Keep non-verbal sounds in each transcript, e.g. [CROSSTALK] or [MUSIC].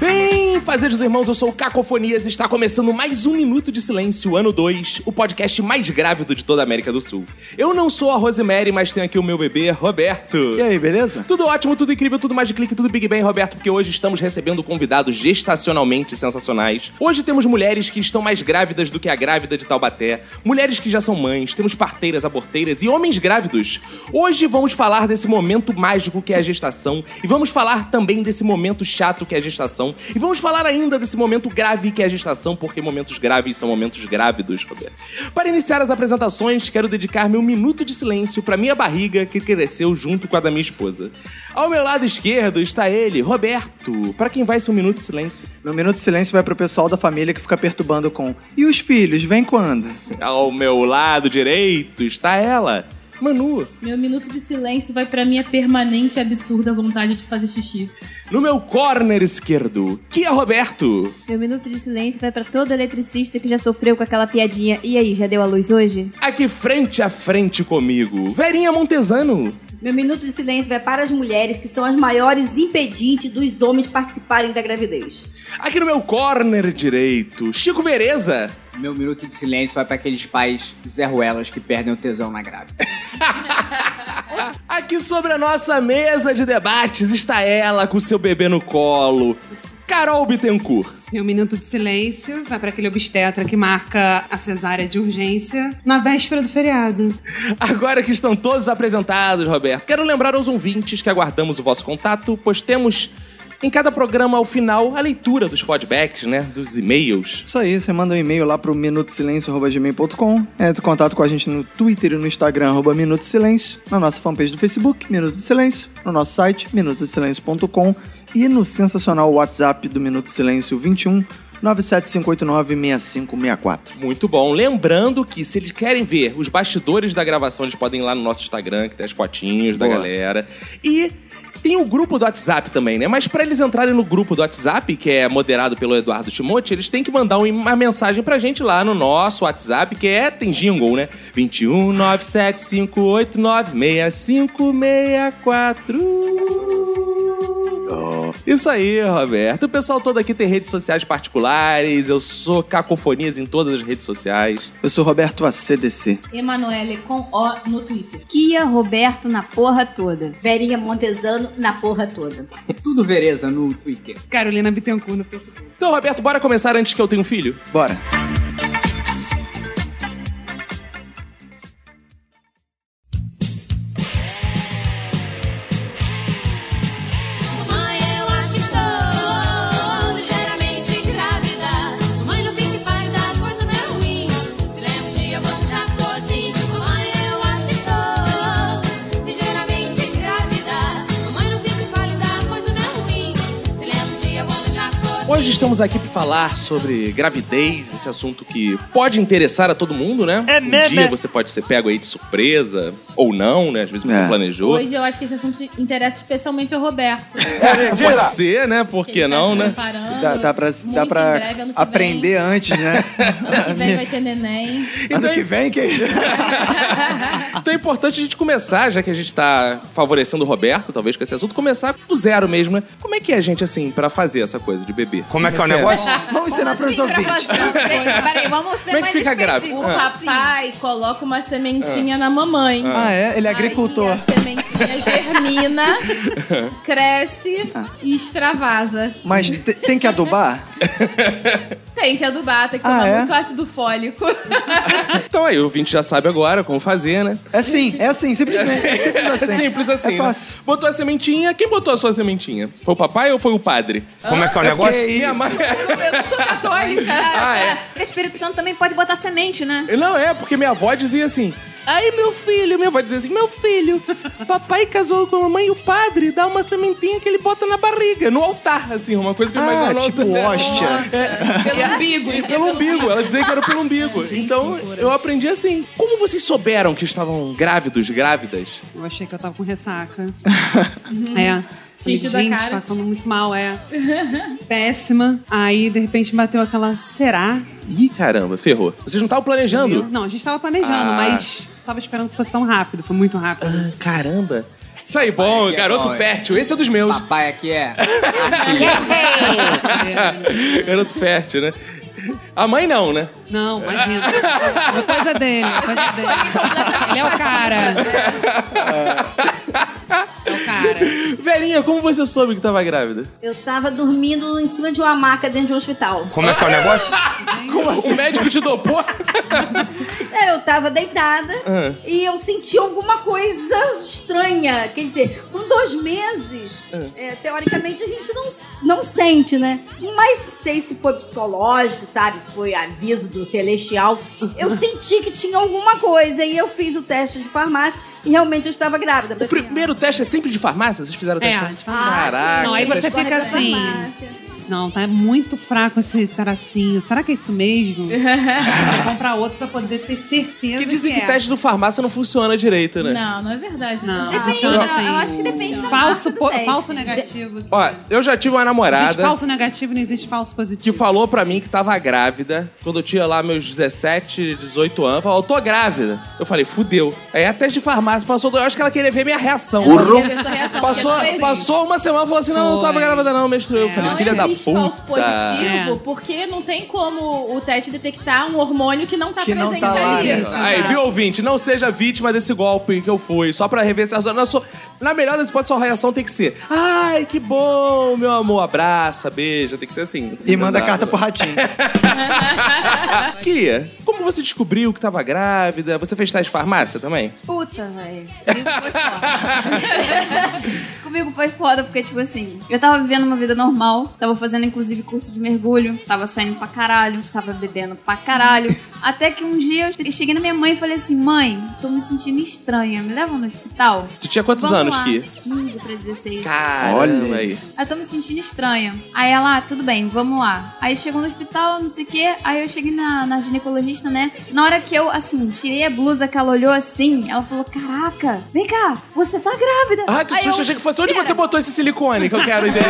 Bem, fazeres irmãos, eu sou o Cacofonias e está começando mais um Minuto de Silêncio, ano 2, o podcast mais grávido de toda a América do Sul. Eu não sou a Rosemary, mas tenho aqui o meu bebê, Roberto. E aí, beleza? Tudo ótimo, tudo incrível, tudo mais de clique, tudo Big Bang, Roberto, porque hoje estamos recebendo convidados gestacionalmente sensacionais. Hoje temos mulheres que estão mais grávidas do que a grávida de Taubaté, mulheres que já são mães, temos parteiras, aborteiras e homens grávidos. Hoje vamos falar desse momento mágico que é a gestação e vamos falar também desse momento chato que é a gestação e vamos falar ainda desse momento grave que é a gestação, porque momentos graves são momentos grávidos, Roberto. Para iniciar as apresentações, quero dedicar meu minuto de silêncio para minha barriga que cresceu junto com a da minha esposa. Ao meu lado esquerdo está ele, Roberto. Para quem vai ser um minuto de silêncio? Meu minuto de silêncio vai pro pessoal da família que fica perturbando com. E os filhos, vem quando? Ao meu lado direito está ela, Manu. Meu minuto de silêncio vai pra minha permanente e absurda vontade de fazer xixi. No meu corner esquerdo, que é Roberto. Meu minuto de silêncio vai pra todo eletricista que já sofreu com aquela piadinha. E aí, já deu a luz hoje? Aqui frente a frente comigo, Verinha Montesano. Meu minuto de silêncio vai para as mulheres que são as maiores impedintes dos homens participarem da gravidez. Aqui no meu corner direito, Chico Vereza. Meu minuto de silêncio vai pra aqueles pais Zé Ruelas que perdem o tesão na grávida. Aqui sobre a nossa mesa de debates está ela com seu bebê no colo, Carol Bittencourt. Meu um minuto de silêncio vai para aquele obstetra que marca a cesárea de urgência na véspera do feriado. Agora que estão todos apresentados, Roberto, quero lembrar aos ouvintes que aguardamos o vosso contato, pois temos em cada programa, ao final, a leitura dos feedbacks, né? Dos e-mails. Isso aí, você manda um e-mail lá pro minutosilencio.gmail.com, entra em contato com a gente no Twitter e no Instagram, arroba Minuto de Silêncio, na nossa fanpage do Facebook, Minuto de Silêncio, no nosso site, minutosilencio.com e no sensacional WhatsApp do Minuto de Silêncio 21 97589 6564. Muito bom. Lembrando que se eles querem ver os bastidores da gravação, eles podem ir lá no nosso Instagram, que tem as fotinhos da Boa. galera. E tem o grupo do WhatsApp também, né? Mas pra eles entrarem no grupo do WhatsApp, que é moderado pelo Eduardo Timote, eles têm que mandar um- uma mensagem pra gente lá no nosso WhatsApp, que é tem jingle, né? 21 975896564. Isso aí, Roberto. O pessoal todo aqui tem redes sociais particulares. Eu sou cacofonias em todas as redes sociais. Eu sou Roberto ACDC. Emanuele com O no Twitter. Kia Roberto na porra toda. Verinha Montesano na porra toda. É Tudo vereza no Twitter. Carolina Bittencourt no Facebook. Então, Roberto, bora começar antes que eu tenha um filho? Bora. Mãe, eu acho que estou ligeiramente grávida. Mãe, não fique pálida, a coisa não é ruim. Se lembra um dia você já ficou assim. Mãe, eu acho que estou ligeiramente grávida. Mãe, não fique pálida, a coisa não é ruim. Se lembra um dia você já ficou assim. Hoje estamos aqui para falar sobre gravidez, esse assunto que pode interessar a todo mundo, né? É um mesmo, dia é? você pode ser pego aí de surpresa, ou não, né? Às vezes você É. planejou. Hoje eu acho que esse assunto interessa especialmente ao Roberto. [LAUGHS] pode ser, né? Por que Ele tá não, se né? preparando. Dá, dá pra, Muito dá pra em breve, ano que aprender antes, [LAUGHS] né? Vem. Ano que vem vai ter neném. Então- ano que vem, que Então é importante a gente começar, já que a gente tá favorecendo o Roberto, talvez, com esse assunto, começar do zero mesmo, né? Como é que é a gente, assim, para fazer essa coisa de bebê? Como é que é o negócio? [LAUGHS] Vamos ensinar Assim, pros ouvintes. Peraí, vamos ser Como é que mais fica grávida? específicos. O Ah. papai coloca uma sementinha na mamãe. Ah, é? Ele é agricultor. Aí a sementinha germina, cresce e extravasa. Mas te- tem que adubar? Tem, que é do Bata, que Ah, toma é? muito ácido fólico. Então aí, o ouvinte já sabe agora como fazer, né? É assim, é assim, simplesmente. É simples assim. Simples assim. É né? fácil. Botou a sementinha. Quem botou a sua sementinha? Foi o papai ou foi o padre? Como é Ah, que é o negócio? Minha mãe. [LAUGHS] Eu não sou católica. Ah, é. O Espírito Santo também pode botar semente, né? Não, é, porque minha avó dizia assim. Aí, meu filho, minha avó dizia assim: Meu filho, papai casou com a mamãe e o padre dá uma sementinha que ele bota na barriga, no altar, assim, uma coisa que eu Ah, imaginava no tipo altar. hóstia. Nossa, É? pelo umbigo. E pelo umbigo, é ela dizia que era pelo umbigo. Então eu aprendi assim. Como vocês souberam que estavam grávidos, grávidas? Eu achei que eu tava com ressaca. é. Falei, Enche da gente, cara. passando muito mal, é. Péssima. Aí, de repente, bateu aquela, será? Ih, caramba, ferrou. Vocês não estavam Entendeu? planejando? Não, a gente tava planejando, Ah. mas tava esperando que fosse tão rápido. Foi muito rápido. [LAUGHS] Ah, caramba. Isso aí, bom, Aqui é garoto bom, é. fértil. Esse é dos meus. Papai aqui é. [LAUGHS] garoto fértil, né? A mãe não, né? Não, imagina. É coisa dele, é coisa dele. Ele é o cara. É o cara. Verinha, como você soube que tava grávida? Eu tava dormindo em cima de uma maca dentro de um hospital. Como é que é o negócio? O médico te [LAUGHS] dopou? É, Eu tava deitada e eu senti alguma coisa estranha. Quer dizer, com dois meses, é, teoricamente a gente não, s- não sente, né? Mas sei se foi psicológico, sabe? Se foi aviso do celestial. Eu senti que tinha alguma coisa e eu fiz o teste de farmácia e realmente eu estava grávida. O primeiro teste é sempre de farmácia? Vocês fizeram o teste? É, de de farmácia. farmácia. Caraca. Não, aí você Corre pra fica assim. farmácia. Não, tá muito fraco esse tracinho. Será que é [LAUGHS] isso mesmo? Você compra outro pra poder ter certeza. Porque dizem que é. teste do farmácia não funciona direito, né? Não, não é verdade. Não, Depende. funciona eu- assim. eu acho que depende da falso, marca do po- teste. falso negativo. Ó, eu já tive uma existe namorada falso negativo, não existe falso que positivo. falou pra mim que tava grávida quando eu tinha lá meus 17, 18 anos. Falou, eu tô grávida. Eu falei, fudeu. Aí até de farmácia passou, eu acho que ela queria ver minha reação. Eu vi a sua reação, Passou, porque não existe. passou uma semana e falou assim: não, não tava Foi. grávida, não, menstruei. Eu É. falei, assim, Não filha da existe puta. falso positivo, É. porque não tem como o teste detectar um hormônio que não tá Que não presente tá lá, ali. né? Aí, viu, ouvinte? Não seja vítima desse golpe que eu fui. Só pra rever se a Na, sua- na melhor das hipóteses, sua reação tem que ser: Ai, que bom, meu amor. Abraça, beija. Tem que ser assim. E manda Exato. carta [LAUGHS] pro ratinho. Kia, como você descobriu que tava grávida? Você fez teste de farmácia também? Puta, velho. Comigo foi foda. [LAUGHS] Comigo foi foda, porque, tipo assim, eu tava vivendo uma vida normal, tava fazendo, inclusive, curso de mergulho, tava saindo pra caralho, tava bebendo pra caralho. Até que um dia eu cheguei na minha mãe e falei assim: mãe, tô me sentindo estranha, me levam no hospital. Você tinha quantos Vamos anos, lá. Kia? 15 pra 16. Caramba, Olha. aí. Eu tô me sentindo estranha. Aí ela, ah, tudo bem, vamos lá. Aí chegou no hospital, não sei o quê. Aí eu cheguei na, na ginecologista, né? Na hora que eu, assim, tirei a blusa, que ela olhou assim, ela falou: Caraca, vem cá, você tá grávida. Ah, que Aí susto, eu, achei que fosse. Onde "Pera." você botou esse silicone que eu quero ideia?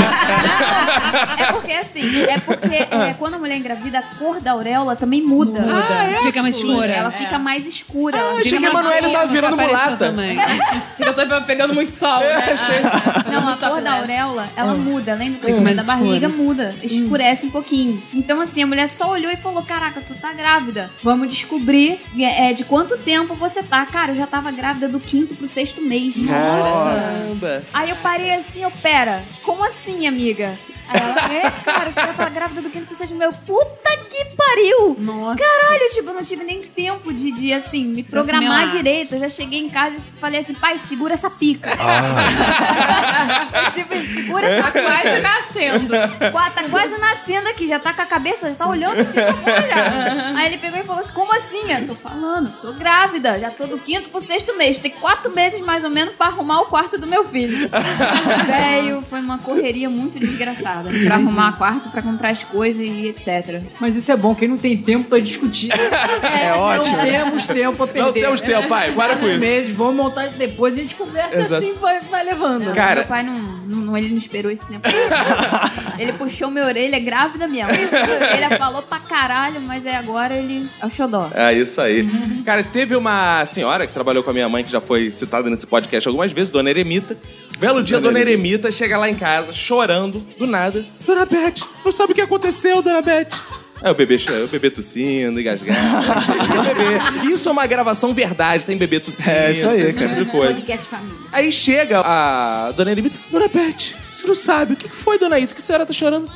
É porque assim, é porque é, quando a mulher engravida, a cor da auréola também muda. Ah, é? Fica mais Sim, escura. ela fica mais escura. ela achei fica que a mais Manoela preta. tava virando Apareceu mulata. também. Acho que eu tô pegando muito sol, né? Ah, Não, né? a tá cor da beleza. auréola, ela muda, além do mais crescimento da barriga, escura. muda. Escurece um pouquinho. Então, assim, a mulher só olhou e falou: Caraca, tu tá grávida. Vamos descobrir é, é, de quanto tempo você tá. Cara, eu já tava grávida do quinto pro sexto mês. Caramba. Aí eu parei assim, eu, pera, como assim, amiga? Aí ela, é, cara, você já tá grávida do quinto pro sexto mês. Eu, Puta que pariu! Nossa. Caralho, tipo, eu não tive nem tempo de, de assim, me programar Assimilar. direito. Eu já cheguei em casa e falei assim, pai, segura essa pica. [LAUGHS] Ah. tipo, segura essa Tá coisa. quase nascendo. Qua- Tá quase nascendo aqui, já tá com a cabeça, já tá olhando assim pra fora já. Aí ele pegou e falou assim: Como assim? Eu tô falando, tô grávida, já tô do quinto pro sexto mês. Tem quatro meses mais ou menos pra arrumar o quarto do meu filho. [LAUGHS] Velho, foi uma correria muito desgraçada pra arrumar quarto, pra comprar as coisas e etc. Mas isso é bom, quem não tem tempo pra [LAUGHS] discutir. É ótimo. Não temos tempo a perder. Não temos tempo, pai. Para com Quatro isso. meses, vamos montar isso depois, a gente conversa Exato. assim, vai, vai levando. Cara- Meu pai não, não- Ele não esperou esse tempo. ele puxou minha orelha é grávida mesmo. Ele falou pra caralho, mas aí agora ele. É o xodó. É isso aí. [LAUGHS] Cara, teve uma senhora que trabalhou com a minha mãe, que já foi citada nesse podcast algumas vezes, Dona Eremita. Belo dia, Dona, Eremita. chega lá em casa, chorando, do nada. Dona Beth, não sabe o que aconteceu, Dona Beth. Aí o bebê, cho- o bebê tossindo, engasgado. Esse é o bebê. Isso é uma gravação verdade, tem bebê tossindo. É, isso aí, tem esse cara. tipo de coisa. Podcast família. Aí chega a Dona Eremita. Dona Beth, você não sabe. O que que foi, Dona Ita? Que a senhora tá chorando?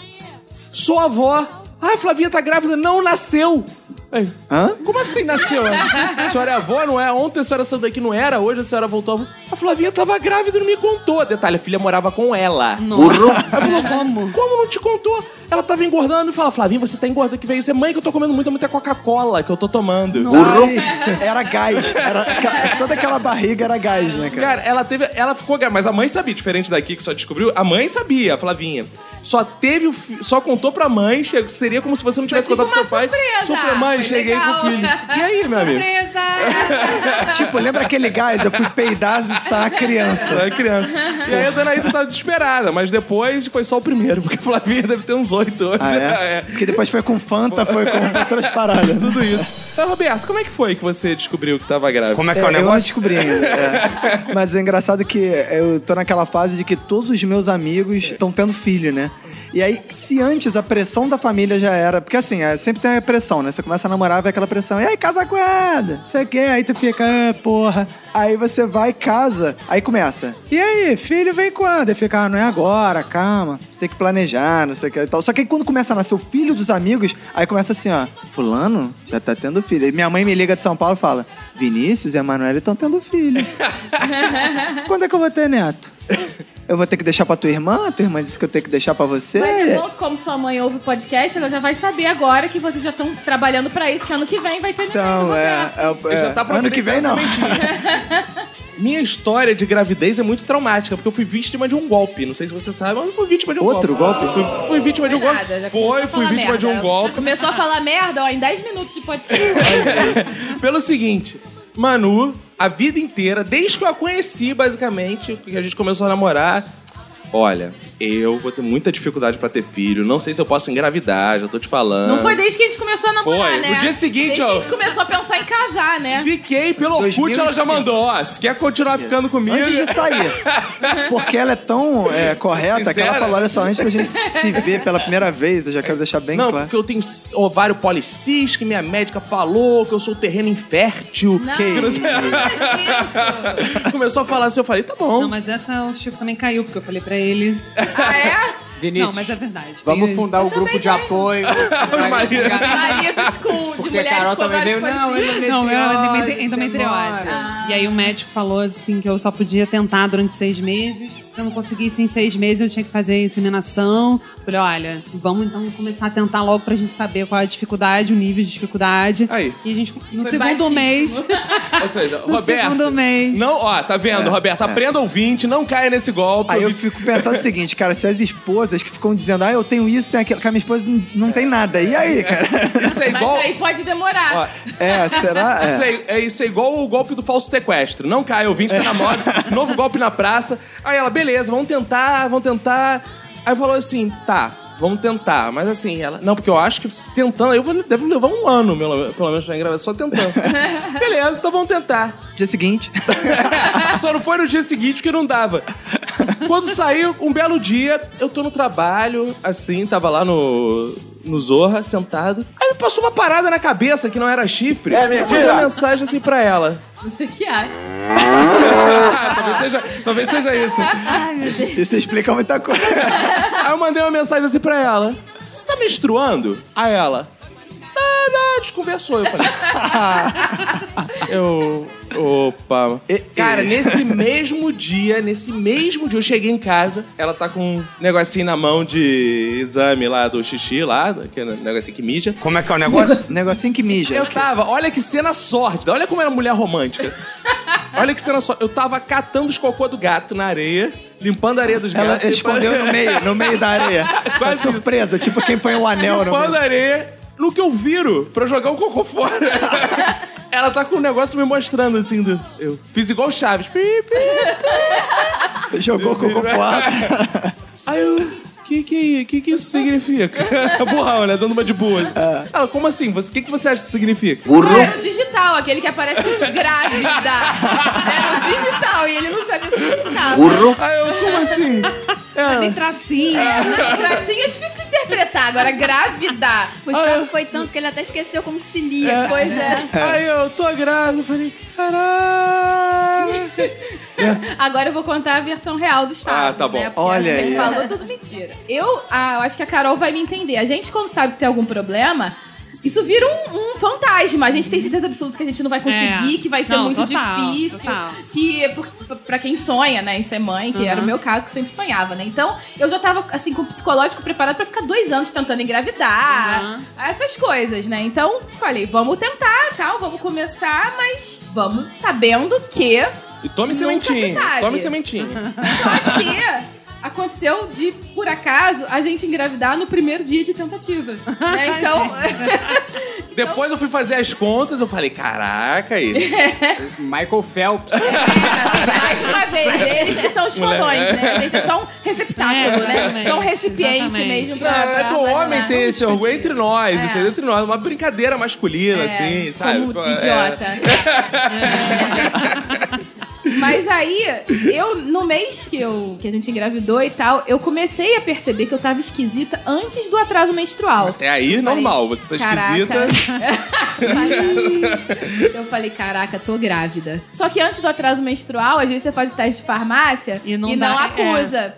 Sua avó. Ah, Flavinha tá grávida, não nasceu. Aí, Hã? Como assim nasceu? a senhora é avó, não é? Ontem a senhora saiu daqui, não era? Hoje a senhora voltou. A Flavinha tava grávida e não me contou. Detalhe, a filha morava com ela. Burro. Aí falou, como? Como não te contou? Ela tava engordando e fala, Flavinha, você tá engordando, que veio isso. É mãe que eu tô comendo muita, muita Coca-Cola que eu tô tomando. Ai, era gás. Era, ca- toda aquela barriga era gás, né, cara? Cara, ela teve. Ela ficou grávida, mas a mãe sabia, diferente daqui que só descobriu. A mãe sabia, a Flavinha. Só teve o fi- Só contou pra mãe, che- seria como se você não tivesse tipo contado pro seu uma pai. surpresa. Surpresa, mãe, Foi cheguei legal. com o filho. E aí, meu amigo? tipo, lembra aquele gás? Eu fui peidar e sair a criança. Só é criança. E aí a dona Ida tava desesperada, mas depois foi só o primeiro, porque a Flavinha deve ter uns oito hoje. Ah, é? Porque depois foi com Fanta, foi com outras [LAUGHS] paradas. Tudo isso. Então, Roberto, como é que foi que você descobriu que tava grávida? é É, Eu não descobri ainda. é. Mas é engraçado que eu tô naquela fase de que todos os meus amigos estão tendo filho, né? E aí, se antes a pressão da família já era. Porque assim, é, sempre tem a pressão, né? Você começa a namorar, vem aquela pressão. E aí, casa com ela? Não sei o quê. Aí tu fica, ah, porra. Aí você vai, casa. Aí começa. E aí, filho, vem quando? Aí fica, ah, não é agora, calma. Tem que planejar, não sei o que e tal. Só que aí quando começa a nascer o filho dos amigos, aí começa assim, ó. Fulano já tá tendo filho. Aí minha mãe me liga de São Paulo e fala: Vinícius e Emanuele estão tendo [LAUGHS] filho. quando é que eu vou ter neto? Eu vou ter que deixar pra tua irmã? Tua irmã disse que eu tenho que deixar pra você? Mas é bom que como sua mãe ouve o podcast, ela já vai saber agora que vocês já estão trabalhando pra isso, que ano que vem vai ter neném. Então, é. é, é Já tá ano que vem, não. [LAUGHS] Minha história de gravidez é muito traumática, porque eu fui vítima de um golpe. Não sei se você sabe, mas eu fui vítima de um Outro golpe. golpe? Fui, fui vítima de um golpe. Nada, já começou Foi, a fui falar vítima de um merda. golpe. Começou a falar merda, ó, em 10 minutos de podcast. [LAUGHS] Pelo seguinte, Manu, a vida inteira, desde que eu a conheci, basicamente, que a gente começou a namorar. Olha, eu vou ter muita dificuldade pra ter filho. Não sei se eu posso engravidar, já tô te falando. Não foi desde que a gente começou a namorar, Foi. né? No dia seguinte, desde que ó. a gente começou a pensar em casar, né? Fiquei pelo Orkut, ela já 2005. mandou. Ó, se quer continuar ficando comigo. Antes de sair. Porque ela é tão é, correta que Sincera. ela falou: olha só, antes da gente se ver pela primeira vez, eu já quero deixar bem Não, claro. porque eu tenho ovário policís, que minha médica falou, que eu sou um terreno infértil. Não, que não sei- é Começou a falar assim, eu falei, tá bom. Não, mas essa o Chico também caiu, porque eu falei pra ele. Vinícius, Não, mas é verdade. vamos fundar o grupo de apoio. Vai maridos. ficar- Maridos com, de Porque mulheres Carol com também vários veio, não, parecidos. endometriose, Não, eu endometriose. demora. E aí o médico falou assim que eu só podia tentar durante seis meses. Se eu não conseguisse em seis meses, eu tinha que fazer a inseminação. Falei, olha, vamos então começar a tentar logo pra gente saber qual é a dificuldade, o nível de dificuldade. Aí. E a gente, no Foi segundo baixíssimo. mês, Ou seja, no Roberto. segundo mês. Não, ó, tá vendo, Roberto? Aprenda ouvinte, não caia nesse golpe. Aí eu vi- fico pensando o seguinte, cara, se as esposas que ficam dizendo, ah, eu tenho isso, tenho aquilo, que a minha esposa não, não tem nada. E aí, cara? Isso é Mas igual. aí pode demorar. Ó, É, será? Isso É. é, é- isso é igual o golpe do falso sequestro. Não cai, ouvinte, tá na moda. Novo golpe na praça. Aí ela, beleza, vamos tentar, vamos tentar. Aí falou assim, tá, vamos tentar. Mas assim, ela, não, porque eu acho que se tentando, eu vou, deve levar um ano, pelo pelo menos, pra engravar, só tentando. beleza, então vamos tentar. Dia seguinte. [LAUGHS] Só não foi no dia seguinte porque não dava. Quando saiu, um belo dia, eu tô no trabalho, assim, tava lá no. no Zorra, sentado. Aí me passou uma parada na cabeça que não era chifre. É mentira. Eu mandei uma mensagem assim pra ela. Você que acha. [LAUGHS] talvez, seja, talvez seja isso. Isso explica muita coisa. Aí eu mandei uma mensagem assim pra ela. Você tá menstruando? Aí ela. Ah, não, desconversou. Eu falei. [LAUGHS] eu. Opa. E- cara, nesse mesmo dia, nesse mesmo dia, eu cheguei em casa, ela tá com um negocinho na mão de exame lá do xixi, lá, aquele negocinho que mija. Como é que é o negócio? Negocinho que mija. Eu tava, olha que cena sórdida, olha como era mulher romântica. Olha que cena só. Eu tava catando os cocô do gato na areia, limpando a areia dos Ela gatos. escondeu no meio, no meio da areia. Uma Quase. surpresa, tipo quem põe um anel no [LAUGHS] limpando meio. a areia no que eu viro pra jogar o cocô fora. [LAUGHS] Ela tá com um negócio me mostrando assim do. Eu fiz igual o Chaves. Pi, pi. Jogou cocô pro alto. [LAUGHS] Aí eu. Que que, que que isso significa? [LAUGHS] Burrão, né? Dando uma de boa. É. Ela, como assim? O que, que você acha que significa? Ah, era o digital, aquele que aparece muito grávida. Era o digital e ele não sabia o que significava. [LAUGHS] Aí eu, como assim? Tem Ela, É. tracinho. Pra assim é difícil de interpretar. engatar, agora grávida. O choque foi tanto que ele até esqueceu como que se lia. Pois é. Aí eu tô grávida, eu falei, caraca. Agora eu vou contar a versão real dos fatos. Ah, tá bom. Né? Porque, Olha assim, aí. Ele falou tudo mentira. Eu, ah, eu acho que a Carol vai me entender. A gente, quando sabe que tem algum problema. Isso vira um, um fantasma. A gente tem certeza absoluta que a gente não vai conseguir, É. que vai ser Não, muito total, difícil. total. Que por- pra quem sonha, né, em ser mãe, que Uhum. era o meu caso, que eu sempre sonhava, né? Então, eu já tava, assim, com o psicológico preparado pra ficar dois anos tentando engravidar, Uhum. essas coisas, né? Então, falei, vamos tentar, tal, vamos começar, mas vamos sabendo que E tome Nunca se sementinha, sabe. tome sementinha. só que aconteceu de, por acaso, a gente engravidar no primeiro dia de tentativa. né? Então, Depois eu fui fazer as contas, eu falei, caraca, ele. Michael Phelps. mais uma vez, eles que são os Mulher. fodões, né? A gente é só um receptáculo, né? Só um recipiente mesmo pra. Não, é pra que o homem tem esse orgulho entre nós, É. entendeu? Entre nós, uma brincadeira masculina, assim, sabe? como É. [LAUGHS] idiota. Mas aí, eu, no mês que, eu, que a gente engravidou e tal, eu comecei a perceber que eu tava esquisita antes do atraso menstrual. Até É aí, normal, você tá Caraca. esquisita. Eu falei, caraca, tô grávida. Só que antes do atraso menstrual, às vezes você faz o teste de farmácia e não, é. dá, acusa.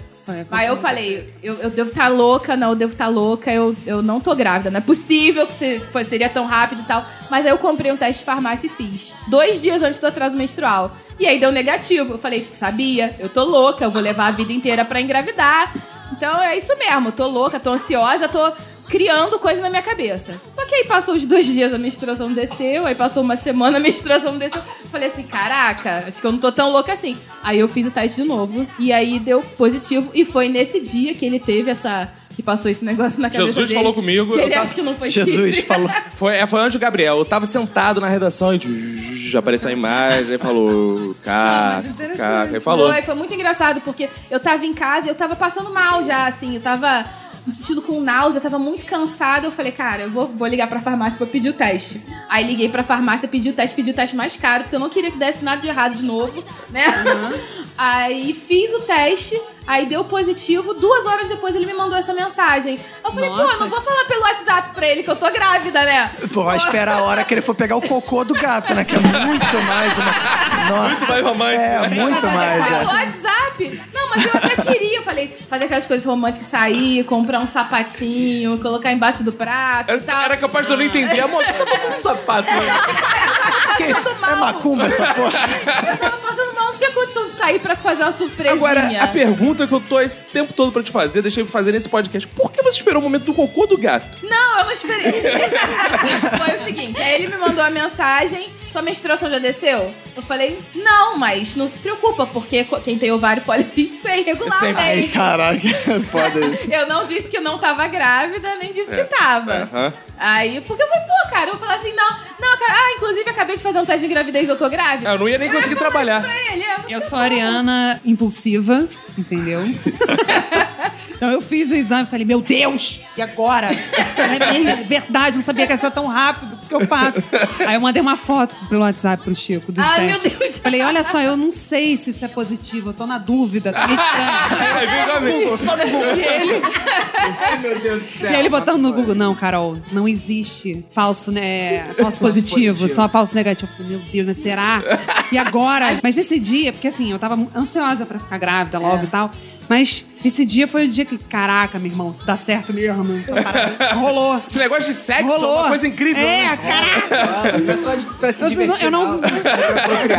Aí eu falei, eu, eu devo estar louca, não, eu devo estar louca, eu, eu não tô grávida, não é possível que se- foi- seria tão rápido e tal. Mas aí eu comprei um teste de farmácia e fiz. Dois dias antes do atraso menstrual. E aí deu negativo. Eu falei, sabia, eu tô louca, eu vou levar a vida inteira pra engravidar. Então é isso mesmo, tô louca, tô ansiosa, tô criando coisa na minha cabeça. Só que aí passou os dois dias, a menstruação desceu, aí passou uma semana, a menstruação desceu. Eu falei assim, caraca, acho que eu não tô tão louca assim. Aí eu fiz o teste de novo, e aí deu positivo, e foi nesse dia que ele teve essa... que passou esse negócio na cabeça Jesus dele, falou comigo, que eu ele tava- acho que não foi chifre. [LAUGHS] falou. Foi, é, foi antes do Gabriel. Eu tava sentado na redação e zzz, apareceu a imagem, aí falou. Ah, Caca, caca. Ele falou. Foi, foi muito engraçado, porque eu tava em casa e eu tava passando mal já, assim, eu tava me sentindo com náusea, eu tava muito cansada. Eu falei, cara, eu vou, vou ligar pra farmácia pra pedir o teste. Aí liguei pra farmácia, pedi o teste, pedi o teste mais caro, porque eu não queria que desse nada de errado de novo, né? [LAUGHS] Aí fiz o teste, aí deu positivo, duas horas depois ele me mandou essa mensagem. Eu falei, pô, eu não vou falar pelo WhatsApp pra ele que eu tô grávida, né? Pô, vai esperar a hora que ele for pegar o cocô do gato, né? Que é muito mais uma. Nossa. Muito mais romântico. É, muito mais, Pelo é. WhatsApp? Não, mas eu até queria. Eu falei, fazer aquelas coisas românticas, sair, comprar um sapatinho, colocar embaixo do prato. Era, era capaz de eu não entender a moto. Tá botando [LAUGHS] sapato. Passando mal. É macumba essa porra. Eu tava passando mal, não tinha condição de sair pra fazer uma surpresinha. Agora, a pergunta que eu tô esse tempo todo pra te fazer, deixei pra fazer nesse podcast. Por que você esperou o momento do cocô do gato? Não, eu não esperei. [LAUGHS] Foi o seguinte, aí ele me mandou a mensagem, sua menstruação já desceu? Eu falei, não, mas não se preocupa, porque co- quem tem ovário policístico é irregular, Sempre. velho. Ai, caraca, é foda isso. Eu não disse que eu não tava grávida, nem disse É, que tava. Aham. Aí, porque eu falei, pô, cara, eu vou falar assim, não, não, aca- ah, inclusive acabei de fazer um teste de gravidez, eu tô grávida. Eu não ia nem conseguir falar trabalhar. isso Pra ele, eu, Eu sou a Ariana impulsiva, [LAUGHS] entendeu? Então eu fiz o exame e falei, meu Deus, e agora? É mesmo, é verdade, não sabia que ia ser tão rápido, o que eu faço? Aí eu mandei uma foto pelo WhatsApp pro Chico do Ai, teste. meu Deus. [LAUGHS] Falei, olha só, eu não sei se isso é positivo, eu tô na dúvida, tá meio estranho. Aí vem o Google, só no Google. Ai, meu Deus do E aí ele botando no Google, não, Carol, não existe falso, né? [LAUGHS] Falso positivo, positivo. só falso negativo. Eu falei, Meu Deus, mas será? [LAUGHS] E agora? Mas nesse dia, porque assim, eu tava ansiosa pra ficar É. grávida logo e tal. Mas esse dia foi o dia que, caraca, meu irmão, se dá certo mesmo. essa parada Rolou. Esse negócio de sexo é Rolou. uma coisa incrível. É, né? caraca. É só de, pra se Eu divertir. não- eu [LAUGHS] não-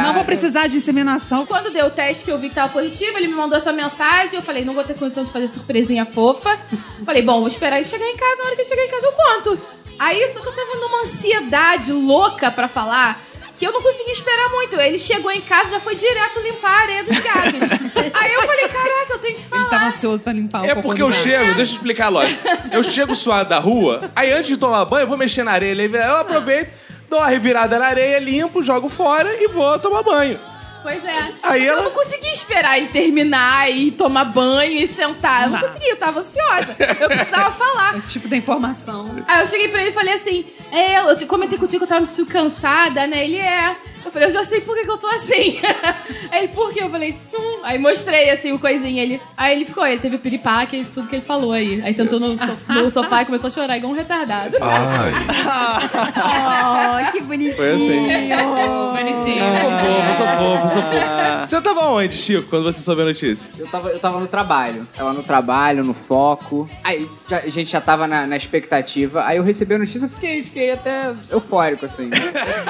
Não vou precisar de inseminação. Quando deu o teste que eu vi que tava positivo, ele me mandou essa mensagem. Eu falei, não vou ter condição de fazer surpresinha fofa. falei, bom, vou esperar ele chegar em casa. Na hora que ele chegar em casa, eu conto. Aí, só que eu tava numa ansiedade louca pra falar que eu não conseguia esperar muito. Ele chegou em casa já foi direto limpar a areia dos gatos. [LAUGHS] Aí eu falei, caraca, eu tenho que Ele falar. tava ansioso pra limpar o É um cocô porque do eu gato. chego, deixa eu explicar a lógica. Eu chego suado da rua, aí antes de tomar banho, eu vou mexer na areia, eu aproveito, dou uma revirada na areia, limpo, jogo fora e vou tomar banho. Pois é. Aí eu ela- não conseguia esperar ele terminar e tomar banho e sentar. Eu não Exato. conseguia, eu tava ansiosa. Eu precisava falar. É o tipo da informação. Aí eu cheguei pra ele e falei assim: é, eu te- comentei contigo que eu tava muito cansada, né? Ele é. Eu falei, eu já sei por que, que eu tô assim. [LAUGHS] Aí ele, por quê? Eu falei, tchum. Aí mostrei, assim, o coisinho. Ele, aí ele ficou, ele teve o piripaque, é isso tudo que ele falou aí. Aí sentou no, so- [LAUGHS] no sofá e começou a chorar igual um retardado. Oh, que bonitinho. Foi assim. Bonitinho. Sou fofo, sou fofo, sou fofo. Você tava onde, Chico, quando você soube a notícia? Eu tava, eu tava no trabalho. Tava no trabalho, no foco. Aí já- a gente já tava na, na expectativa. Aí eu recebi a notícia e fiquei, fiquei até eufórico, assim.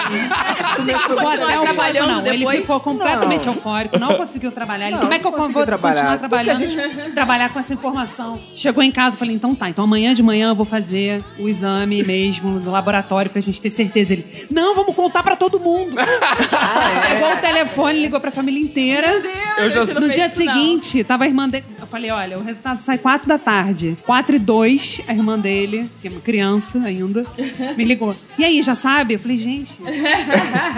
Você vai continuar Não, trabalhando não, Assim, depois? Ele ficou completamente Não. eufórico, não conseguiu trabalhar. Ele, Não, como é que eu não consegui vou trabalhar. continuar trabalhando? Trabalhar com essa informação. Chegou em casa, eu falei, então tá, então amanhã de manhã eu vou fazer o exame mesmo no laboratório pra gente ter certeza. Ele, não, vamos contar pra [LAUGHS] todo mundo. Ah, é. Pegou o telefone, ligou pra família inteira. Meu Deus, Eu já- a gente não fez No dia isso, não. seguinte, tava a irmã dele. Eu falei, olha, o resultado sai 4 da tarde. 4 e 2, a irmã dele, que é uma criança ainda, me ligou. E aí, já sabe? Eu [LAUGHS] falei, gente,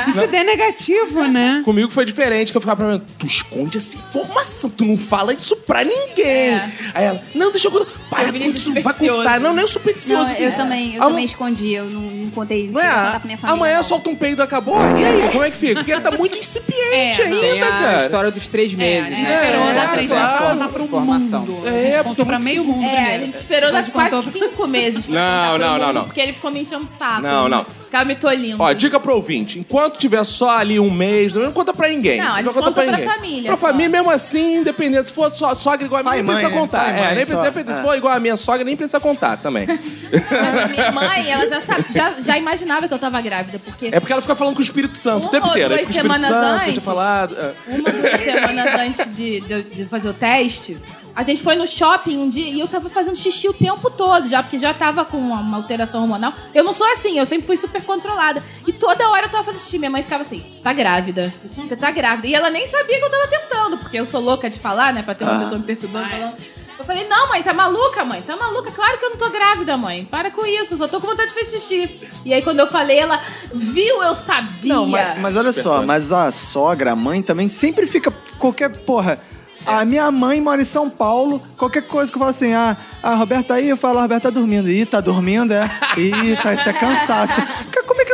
isso der negativo, né? Comigo foi diferente, que eu ficava pra mim, tu esconde essa informação, tu não fala isso pra ninguém. É. Aí ela, não, deixa eu contar. Para Eu com vi isso, não vai supersticioso. contar. Não, não é supersticioso. Não, assim. eu também, eu Am- também escondi, eu não, não contei. Não é? queria contar pra minha família, Amanhã não. solta um peido e acabou. E aí, como é que fica? Porque tá muito incipiente É, não. ainda, Tem a cara. história dos três É, meses. a né? gente esperou É, dar três claro. vezes pra contar pro Informação. mundo. É, A gente porque contou pra muito- meio mundo É, a primeiro. gente esperou Então, a dar gente quase contou- cinco meses [LAUGHS] pra Não, contar pro não, não, mundo, não. Porque ele ficou me enchendo de saco. Não, não. Ficava me tolhindo. Ó, dica pro ouvinte. Enquanto tiver só ali um mês, não conta pra ninguém. Não, a gente conta conta pra família Pra só. família, mesmo assim, independente. Se for só, sogra igual a minha, Pai nem e mãe, precisa né? contar. Pai e é, mãe nem só. precisa- nem- se É. for igual a minha sogra, nem precisa contar também. Mas a minha mãe, ela já, sabe, já, já imaginava que eu tava grávida, porque é porque ela fica falando com o Espírito Santo o Uma tempo ou inteiro. Aí duas fica o Espírito semanas Santo, eu tinha antes. falado. é. uma, duas semanas antes de, de eu- de fazer o teste, a gente foi no shopping um dia e eu tava fazendo xixi o tempo todo já, porque já tava com uma, uma alteração hormonal. Eu não sou assim, eu sempre fui super controlada. E toda hora eu tava fazendo xixi. Minha mãe ficava assim: você tá grávida, você tá grávida. E ela nem sabia que eu tava tentando, porque eu sou louca de falar, né, pra ter uma Ah. pessoa me perturbando, falando. Eu falei, não, mãe, tá maluca, mãe? Tá maluca? Claro que eu não tô grávida, mãe. Para com isso, eu só tô com vontade de fazer xixi. E aí, quando eu falei, ela viu, eu sabia. [LAUGHS] Não, mas, mas olha só, mas a sogra, a mãe também sempre fica qualquer porra. A minha mãe mora em São Paulo, qualquer coisa que eu falo assim, ah, a Roberta aí, eu falo, a Roberta tá dormindo. Ih, tá dormindo, é? Ih, tá, isso é cansaço. Cara, Como é que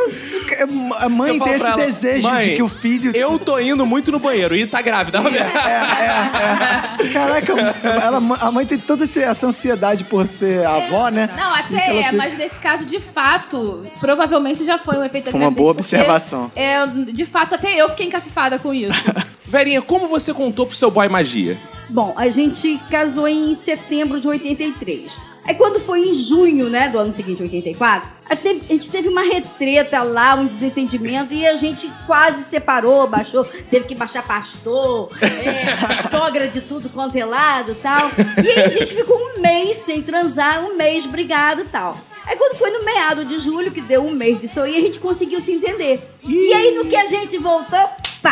não- a Você mãe fala tem esse pra ela, desejo "Mãe, de que o filho... É. Eu tô indo muito no banheiro e tá [LAUGHS] grávida. Caraca, ela- a mãe tem toda esse- essa ansiedade por ser avó, né? Não, até é, mas nesse caso, de fato, provavelmente já foi um efeito da Foi uma gravidez, boa porque, observação. é, de fato, até eu fiquei encafifada [LAUGHS] com isso. Verinha, como você contou pro seu boy magia? Bom, a gente casou em setembro de 83. Aí quando foi em junho, né, do ano seguinte, 84, a, teve- a gente teve uma retreta lá, um desentendimento, e a gente quase separou, baixou, teve que baixar pastor, é, sogra de tudo quanto é lado e tal. E aí a gente ficou um mês sem transar, um mês brigado e tal. Aí quando foi no meado de julho, que deu um mês disso aí, a gente conseguiu se entender. E aí no que a gente voltou, pá!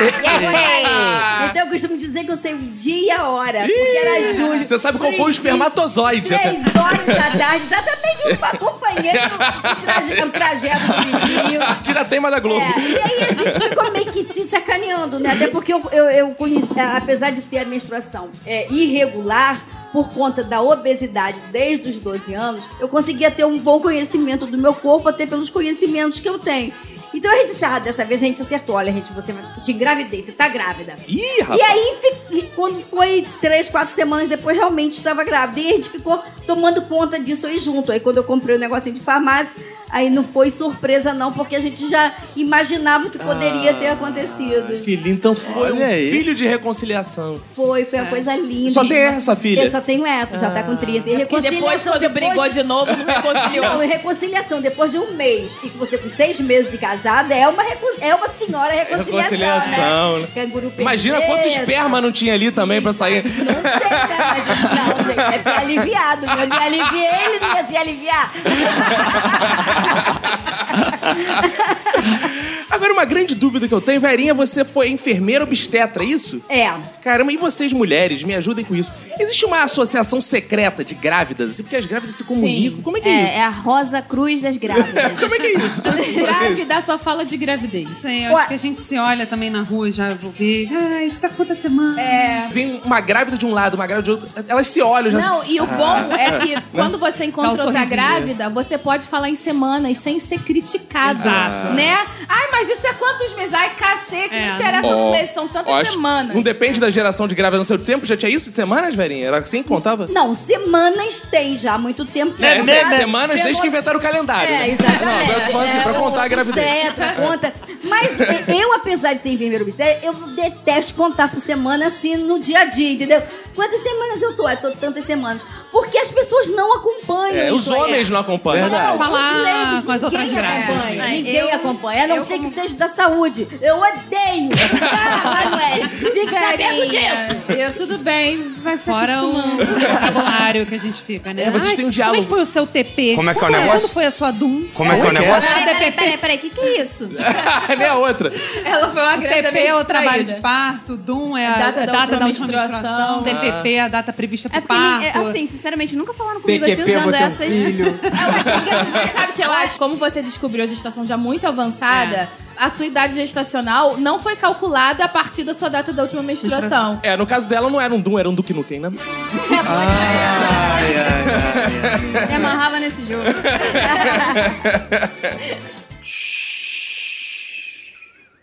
Então eu costumo dizer que eu sei o dia e a hora, porque era julho. Você sabe qual foi o espermatozoide? Três horas da tarde, exatamente, um eu acompanhei o, traje, o trajeto dirigindo. Tira a tema da Globo. É, e aí a gente ficou meio que se sacaneando, né? Até porque eu, eu, eu conheci, a- apesar de ter a menstruação é, irregular, por conta da obesidade desde os 12 anos, eu conseguia ter um bom conhecimento do meu corpo, até pelos conhecimentos que eu tenho. Então a gente disse, ah, dessa vez a gente acertou. Olha, gente, você vai- te engravidei, você tá grávida. Ih, E rapaz. aí, fi- quando foi três, quatro semanas depois, realmente estava grávida. E a gente ficou tomando conta disso aí junto. Aí, quando eu comprei o negocinho de farmácia, aí não foi surpresa, não, porque a gente já imaginava que poderia ter Ah, acontecido. Filhinho, então É. foi Olha um aí. filho de reconciliação. Foi, foi uma coisa linda. Só tem essa, filha? Eu só tenho essa, já tá com 30. E Ah. Porque reconciliação. depois, quando brigou de novo, não reconciliou. é Não, e reconciliação depois de um mês e que você com seis meses de casada é uma, recon- é uma senhora reconciliação. Reconciliação, né? Né? Canguru Imagina quanto perpétuo. esperma não tinha ali também pra sair. Não sei, né? Mas não, [LAUGHS] gente, deve ser aliviado. né? Eu me aliviei, ele não ia se aliviar. Agora, uma grande dúvida que eu tenho, Verinha, você foi enfermeira obstetra, é isso? É. Caramba, e vocês mulheres, me ajudem com isso. Existe uma associação secreta de grávidas, assim, porque as grávidas se comunicam. Como é que é, isso? a Rosa Cruz das Grávidas. [LAUGHS] Como é que é isso? [LAUGHS] [LAUGHS] Como é que funciona isso? Grávida só fala de gravidez. Sei, eu Ué. acho que a gente se olha também na rua, já vou ver. Ah, isso tá com outra semana. É, tá Vem uma grávida de um lado, uma grávida de outro. Elas se olham, já Ah, Não, e o bom é que quando você Dá encontra um outra sorrisinho. grávida, você pode falar em semanas sem ser criticada. Exato. Né? Ai, mas isso é pra quantos meses? Ai, cacete, É, não interessa não- quantos Ó, meses, são tantas ó, acho- semanas. Não depende da geração de grávida no seu tempo, já tinha isso de semanas, velhinha? Era assim que [LAUGHS] contava? Não, semanas tem já há muito tempo. É, Pra- se- pra- semanas desde que inventaram o calendário. É, né? exatamente. Não, agora eu tô falando assim, pra É, contar a gravidez. Obstetra, [LAUGHS] conta. Mas eh, eu, apesar de ser enfermeira obstetra, eu detesto contar por semana assim no dia a dia, entendeu? Quantas semanas eu tô? Eu tô tantas semanas. Porque as pessoas não acompanham. É, os isso aí. homens não acompanham. Não, Falar os leigos, com as outras ninguém grávidas. acompanha, É, ninguém eu- acompanha. A não eu ser que seja da saúde. Eu [LAUGHS] odeio. Ah, Manuel, é fique sabendo Velhinha, disso. Eu, tudo bem, vai se Fora o acostumando. vocabulário que a gente fica, né? É, vocês têm um diálogo. Como é que foi o seu TP? Como é que é o Quando- negócio? Quando foi a sua DUM? Como é que é o Quando negócio? foi a Peraí, DPP? peraí, peraí, o que, que é isso? [LAUGHS] Nem a outra. [LAUGHS] Ela foi uma grávida TP é meio o trabalho de distraída. parto, DUM é a Data data, da da última última menstruação, menstruação. DPP é a data prevista pro É porque, parto. ninguém- é, assim, sinceramente, nunca falaram comigo assim TQP, eu vou usando ter um essas. [LAUGHS] [LAUGHS] filho. [LAUGHS] Mas sabe o que eu acho? Como você descobriu a gestação já muito avançada, É. a sua idade gestacional não foi calculada a partir da sua data da última menstruação. É, no caso dela não era um Doom, era um Duke Nukem, né? Me amarrava nesse jogo.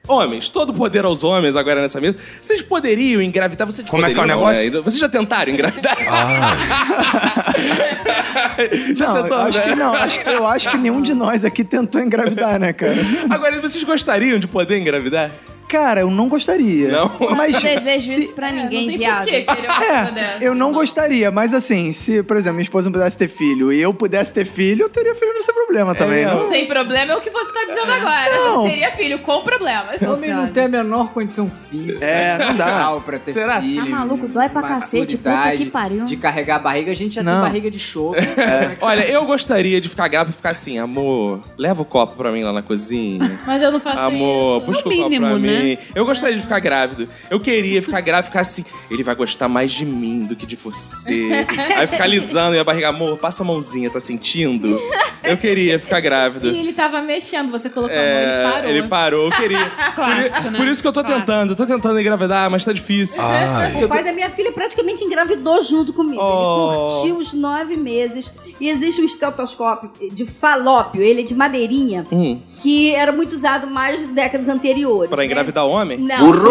Homens, todo poder aos homens agora nessa mesa. Vocês poderiam engravidar? Vocês Como é que é o poderiam, negócio? Ah. não, Vocês já tentaram engravidar? [LAUGHS] já Não, tentou, eu acho né? que não. Acho, eu acho que nenhum de nós aqui tentou engravidar, né, cara? Agora, vocês gostariam de poder engravidar? Cara, eu não gostaria. Não? Mas não desejo se- isso pra É, ninguém, não tem viado. por que querer uma coisa É, dessa. eu não gostaria, mas assim, se, por exemplo, minha esposa não pudesse ter filho e eu pudesse ter filho, eu teria filho sem problema também. né? Sem problema é o que você tá dizendo agora. Não. Teria filho com problema. Então, Homem assim, não tem a menor condição física. né? É, não dá. Pra ter Será? Filho, Tá maluco? Dói pra cacete, puta que maturidade, pariu. De carregar a barriga, a gente já Não. tem barriga de chope. é Olha, eu gostaria de ficar grávida e ficar assim, amor, leva o copo pra mim lá na cozinha. [LAUGHS] Mas eu não faço Amor, isso. busca No o copo mínimo, pra né? mim. Eu gostaria de ficar grávido. Eu queria ficar grávida e ficar assim. Ele vai gostar mais de mim do que de [LAUGHS] você. Aí ficar lisando e a barriga, amor, passa a mãozinha, tá sentindo? Eu queria ficar grávido. E ele tava mexendo, você colocou a mão, É, ele parou. Ele parou, eu [LAUGHS] queria. Clássico, por, né? por isso que eu tô Clássico. tentando, eu tô tentando engravidar, mas tá difícil. Ah, O pai da minha filha praticamente engravidou junto comigo. Oh. Ele curtiu os nove meses. E existe um estetoscópio de falópio, ele é de madeirinha, Hum, que era muito usado mais de décadas anteriores. pra né? engravidar homem? Não. Burro.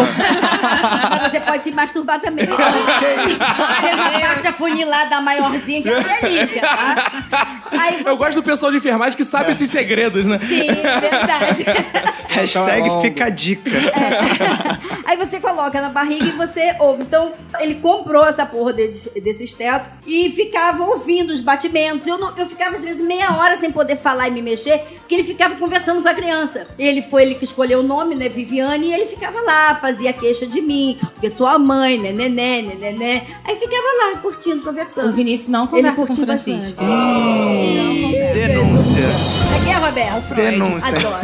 Você pode se masturbar também. que isso? Tem uma parte afunilada maiorzinha que é uma delícia, tá? Aí você... Eu gosto do pessoal de enfermagem que sabe esses segredos, né? Sim, é verdade. Hashtag Então é fica a dica. Aí você coloca na barriga e você ouve. Então, ele comprou essa porra de- desse esteto e ficava ouvindo os batimentos. Eu, não- eu ficava, às vezes, meia hora sem poder falar e me mexer, porque ele ficava conversando com a criança. Ele foi ele que escolheu o nome, né, Viviane, e ele ficava lá, fazia queixa de mim, porque sou a mãe, né, nené, né, nené. Aí ficava lá, curtindo, O conversando. Vinícius não conversa com o curtiu Francisco. bastante. Denúncia. Aqui é, Roberto? Denúncia. Adoro.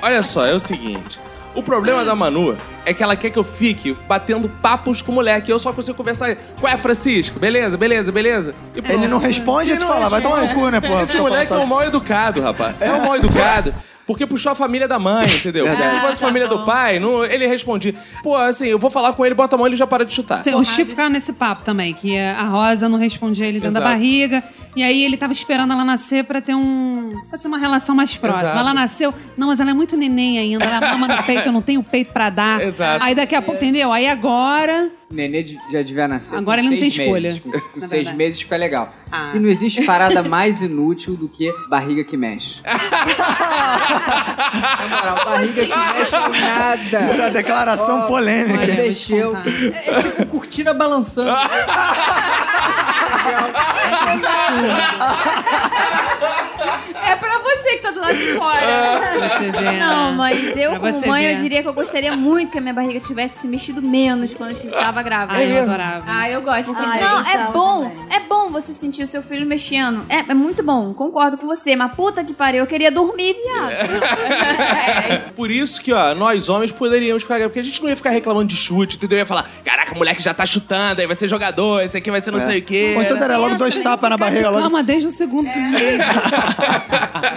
Olha só, é o seguinte. O problema da Manu é que ela quer que eu fique batendo papos com o moleque. Eu só consigo conversar. Qual é, Francisco? Beleza, beleza, beleza? E, pô, Ele não responde, Ele tu não fala, vai tomar no cu, né, porra? Esse moleque é um mal educado, rapaz. É um mal educado. Porque puxou a família da mãe, entendeu? Porque se Verdade. fosse Ah, tá família do bom. pai, não, ele respondia. Pô, assim, eu vou falar com ele, bota a mão, ele já para de chutar. [LAUGHS] Sim, O Chico ficava nesse papo também, que é a Rosa não respondia ele dentro Exato. da barriga. E aí ele tava esperando ela nascer pra ter um. pra ser uma relação mais próxima. Exato. Ela nasceu. Não, mas ela é muito neném ainda, ela é mama no peito, eu não tenho peito pra dar. Exato. Aí daqui a pouco, entendeu? Aí agora. Nenê de- já devia nascer. Agora com ele não seis tem meses. [LAUGHS] Com, escolha, com na seis verdade. meses fica legal. Ah. E não existe parada mais inútil do que barriga que [LAUGHS] mexe. Na moral, barriga que mexe assim? não é nada. Isso é uma declaração [LAUGHS] Oh, É polêmica. Olha, Mexeu. vou te contar. É, é tipo cortina balançando. É pra você que tá do lado de Ah. fora. Você vê. Não, né? mas eu, Pra como você mãe, ver. eu diria que eu gostaria muito que a minha barriga tivesse se mexido menos quando eu tava grávida. É Ai, eu adorava. ah, eu gosto Ah, também. eu Não, é gostava bom. também. É bom você sentir o seu filho mexendo. É, é muito bom, concordo com você. Mas puta que pariu, eu queria dormir, É. viado. Por isso que, ó, nós homens poderíamos ficar. Porque a gente não ia ficar reclamando de chute, entendeu? Ia falar: caraca, o moleque já tá chutando, aí vai ser jogador, esse aqui vai ser não sei o quê. Ou então né? daria logo dois É, tapas na barriga logo. Cama desde o segundo mês.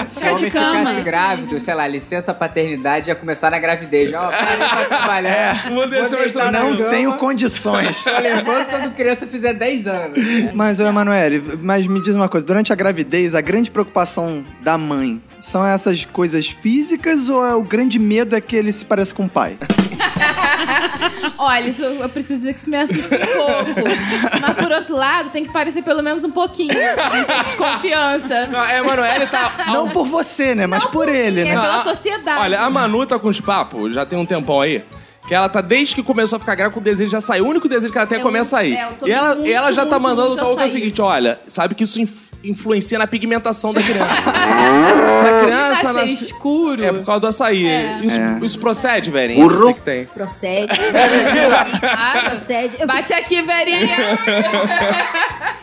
Se o homem de cama. ficasse grávido, sei lá, licença paternidade ia começar na gravidez. Ó, pai, tá trabalhando. É, vou descer Vou uma deitar [LAUGHS] na Não cama. tenho condições. Só levanto quando criança fizer 10 anos. Mas, ô Emanuele, mas me diz uma coisa. Durante a gravidez, a grande preocupação da mãe são essas coisas físicas ou é o grande medo é que ele se pareça com o pai? Olha, isso, eu preciso dizer que isso me assusta um pouco. Mas por outro lado, tem que parecer pelo menos um pouquinho. Desconfiança. Não, é, mano, ele [LAUGHS] tá. Não por você, né? Mas por ele, É né? pela a- sociedade. Olha, a Manu tá com os papos, já tem um tempão aí. Que ela tá, desde que começou a ficar grávida, com o desejo de já sair. O único desejo que ela tem é Eu- comer açaí. é, eu tô e ela, muito, e ela já tá muito, mandando muito o que é o açaí. seguinte: olha, sabe que isso inf- influencia na pigmentação da [LAUGHS] criança. Se a Tá criança ser nasce. escuro. É por causa do açaí. É. Isso, isso procede, velhinho? Burro. Você que tem. Procede, [LAUGHS] Claro. procede. Eu- tá? Bate aqui, velhinha.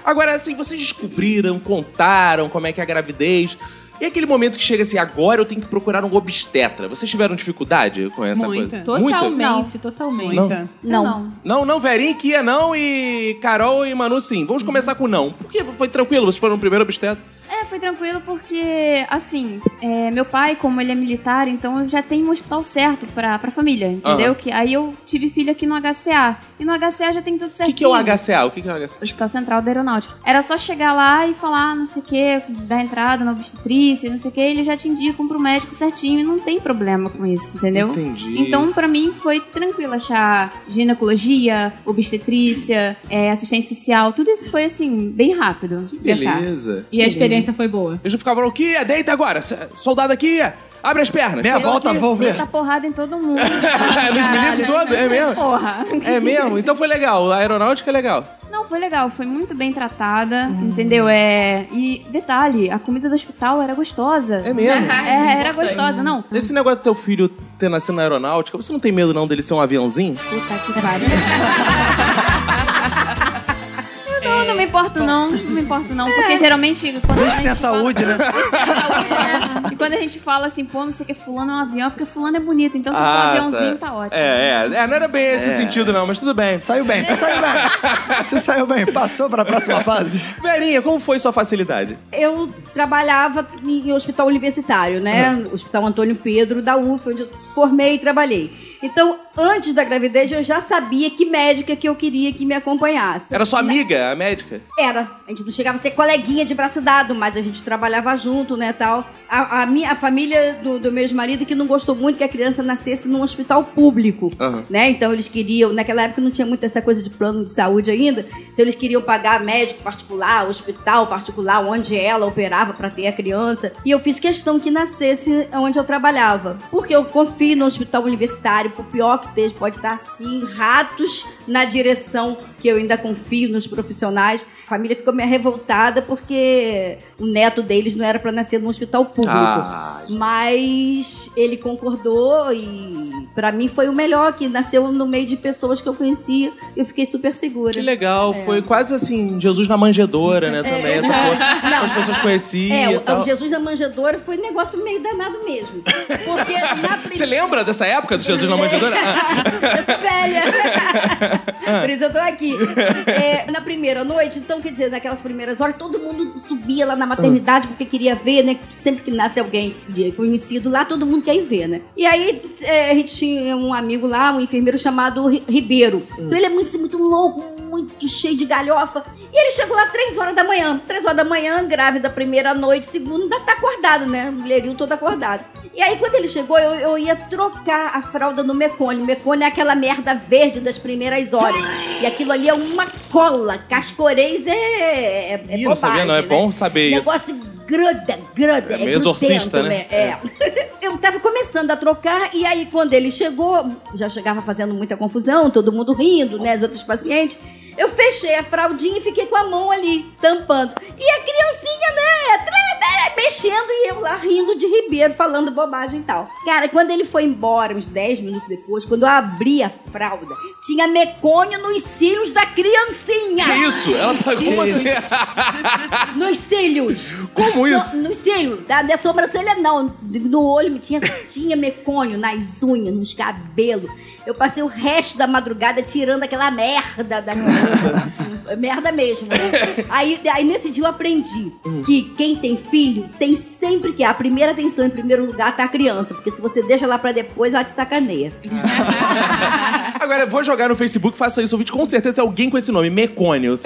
Agora, assim, vocês descobriram, contaram como é que é a gravidez. E aquele momento que chega assim, agora eu tenho que procurar um obstetra. Vocês tiveram dificuldade com essa Muita. coisa? Muita? Totalmente, totalmente. Poxa. Não. Não, não, Verinha que ia não e Carol e Manu sim. Vamos começar com não. Por que foi tranquilo? Vocês foram o primeiro obstetra. É, foi tranquilo porque, assim, é, meu pai, como ele é militar, então eu já tenho um hospital certo pra, pra família, entendeu? Aham. Que, aí eu tive filho aqui no HCA. E no HCA já tem tudo O certinho. que, que é o HCA? O que, que é o HCA? Hospital Central da Aeronáutica. Era só chegar lá e falar, "Ah, não sei o que, dar entrada na obstetrícia, não sei o que, ele já te indicam pro médico certinho e não tem problema com isso, entendeu? Entendi. Então, pra mim, foi tranquilo achar ginecologia, obstetrícia, é, assistente social, tudo isso foi, assim, bem rápido de achar. Beleza. E a experiência foi boa. Eles não ficavam, o que é? Deita agora. S- Soldado aqui, é. abre as pernas. Meia Soldado volta, aqui. vou ver. Deitar porrada em todo mundo. Eles me livram todo, é mesmo? Porra. É mesmo? Então foi legal. A aeronáutica é legal. Não, foi legal, foi muito bem tratada, Hum. entendeu? É... E detalhe, a comida do hospital era gostosa. É mesmo? É, era Importante. gostosa, não. Esse negócio do teu filho ter nascido na aeronáutica, você não tem medo não dele ser um aviãozinho? Puta que pariu. Eu [LAUGHS] Não, não me importo não, não me importo não, É. porque geralmente quando a gente Tem a saúde, né? fala, saúde, né? [LAUGHS] E quando a gente fala assim, pô, não sei o que, fulano é um avião, é porque fulano é bonito, então se for um aviãozinho tá, ótimo. Ah, É, é, é, não era bem esse sentido não, mas tudo bem. Saiu bem, você saiu bem. Você saiu bem. Passou pra próxima fase. Verinha, como foi sua facilidade? Eu trabalhava em em hospital universitário, né? Hospital Antônio Pedro, da UF, onde eu formei e trabalhei. Então, antes da gravidez, eu já sabia que médica que eu queria que me acompanhasse. Era sua amiga, a médica? Era. A gente não chegava a ser coleguinha de braço dado, mas a gente trabalhava junto, né, tal. A, a minha, a família do, do meu ex-marido que não gostou muito que a criança nascesse num hospital público, Aham. né? Então eles queriam... Naquela época não tinha muito essa coisa de plano de saúde ainda. Então eles queriam pagar médico particular, hospital particular, onde ela operava pra ter a criança. E eu fiz questão que nascesse onde eu trabalhava. Porque eu confio no hospital universitário, por pior que esteja, pode estar assim, ratos na direção que eu ainda confio nos profissionais. A família ficou meio revoltada porque o neto deles não era pra nascer num hospital público. Ah, Mas ele concordou e pra mim foi o melhor que nasceu no meio de pessoas que eu conhecia. Eu fiquei super segura. que legal. Foi quase assim, Jesus na manjedoura, né, também. Essa coisa que as pessoas É, conheciam e o, tal. o Jesus da manjedoura foi um negócio meio danado mesmo. Porque na [LAUGHS] Você lembra dessa época do Jesus na manjedoura? Ah, [LAUGHS] Eu sou velha. Por isso eu tô aqui. É, na primeira noite, então, quer dizer, naquelas primeiras horas, todo mundo subia lá na maternidade porque queria ver, né? Sempre que nasce alguém conhecido lá, todo mundo quer ir ver, né? E aí é, a gente tinha um amigo lá, um enfermeiro chamado Ri- Ribeiro. Então ele é muito, assim, muito louco, muito cheio de galhofa. E ele chegou lá três horas da manhã. Três horas da manhã, grávida, primeira noite, segunda, tá acordado, né? Mulherinho todo acordado. E aí, quando ele chegou, eu, eu ia trocar a fralda no mecone. Mecone é aquela merda verde das primeiras horas. E aquilo ali é uma cola. Cascoreis é, é, é Ih, bobagem, não sabia, não. É né? bom saber isso. Negócio gruda, gruda. É meio exorcista, grudento, né? É. Eu tava começando a trocar, e aí quando ele chegou, já chegava fazendo muita confusão, todo mundo rindo, né? As outras pacientes. Eu fechei a fraldinha e fiquei com a mão ali, tampando. E a criancinha, né? tra- tra- Mexendo e eu lá rindo de Ribeiro, falando bobagem e tal. Cara, quando ele foi embora, uns 10 minutos depois, quando eu abri a fralda, tinha mecônio nos cílios da criancinha. Que isso? Ela tá como assim? [LAUGHS] Nos cílios. cílios. Como isso? Nos cílios, da da sobrancelha não. No olho tinha, tinha mecônio, nas unhas, nos cabelos. Eu passei o resto da madrugada tirando aquela merda da merda mesmo. né? Aí, aí nesse dia eu aprendi que quem tem filho tem sempre que a primeira atenção em primeiro lugar tá a criança, porque se você deixa lá pra depois ela te sacaneia. Agora, vou jogar no Facebook, faça isso, ouvinte. Com certeza tem alguém com esse nome, Mecônio.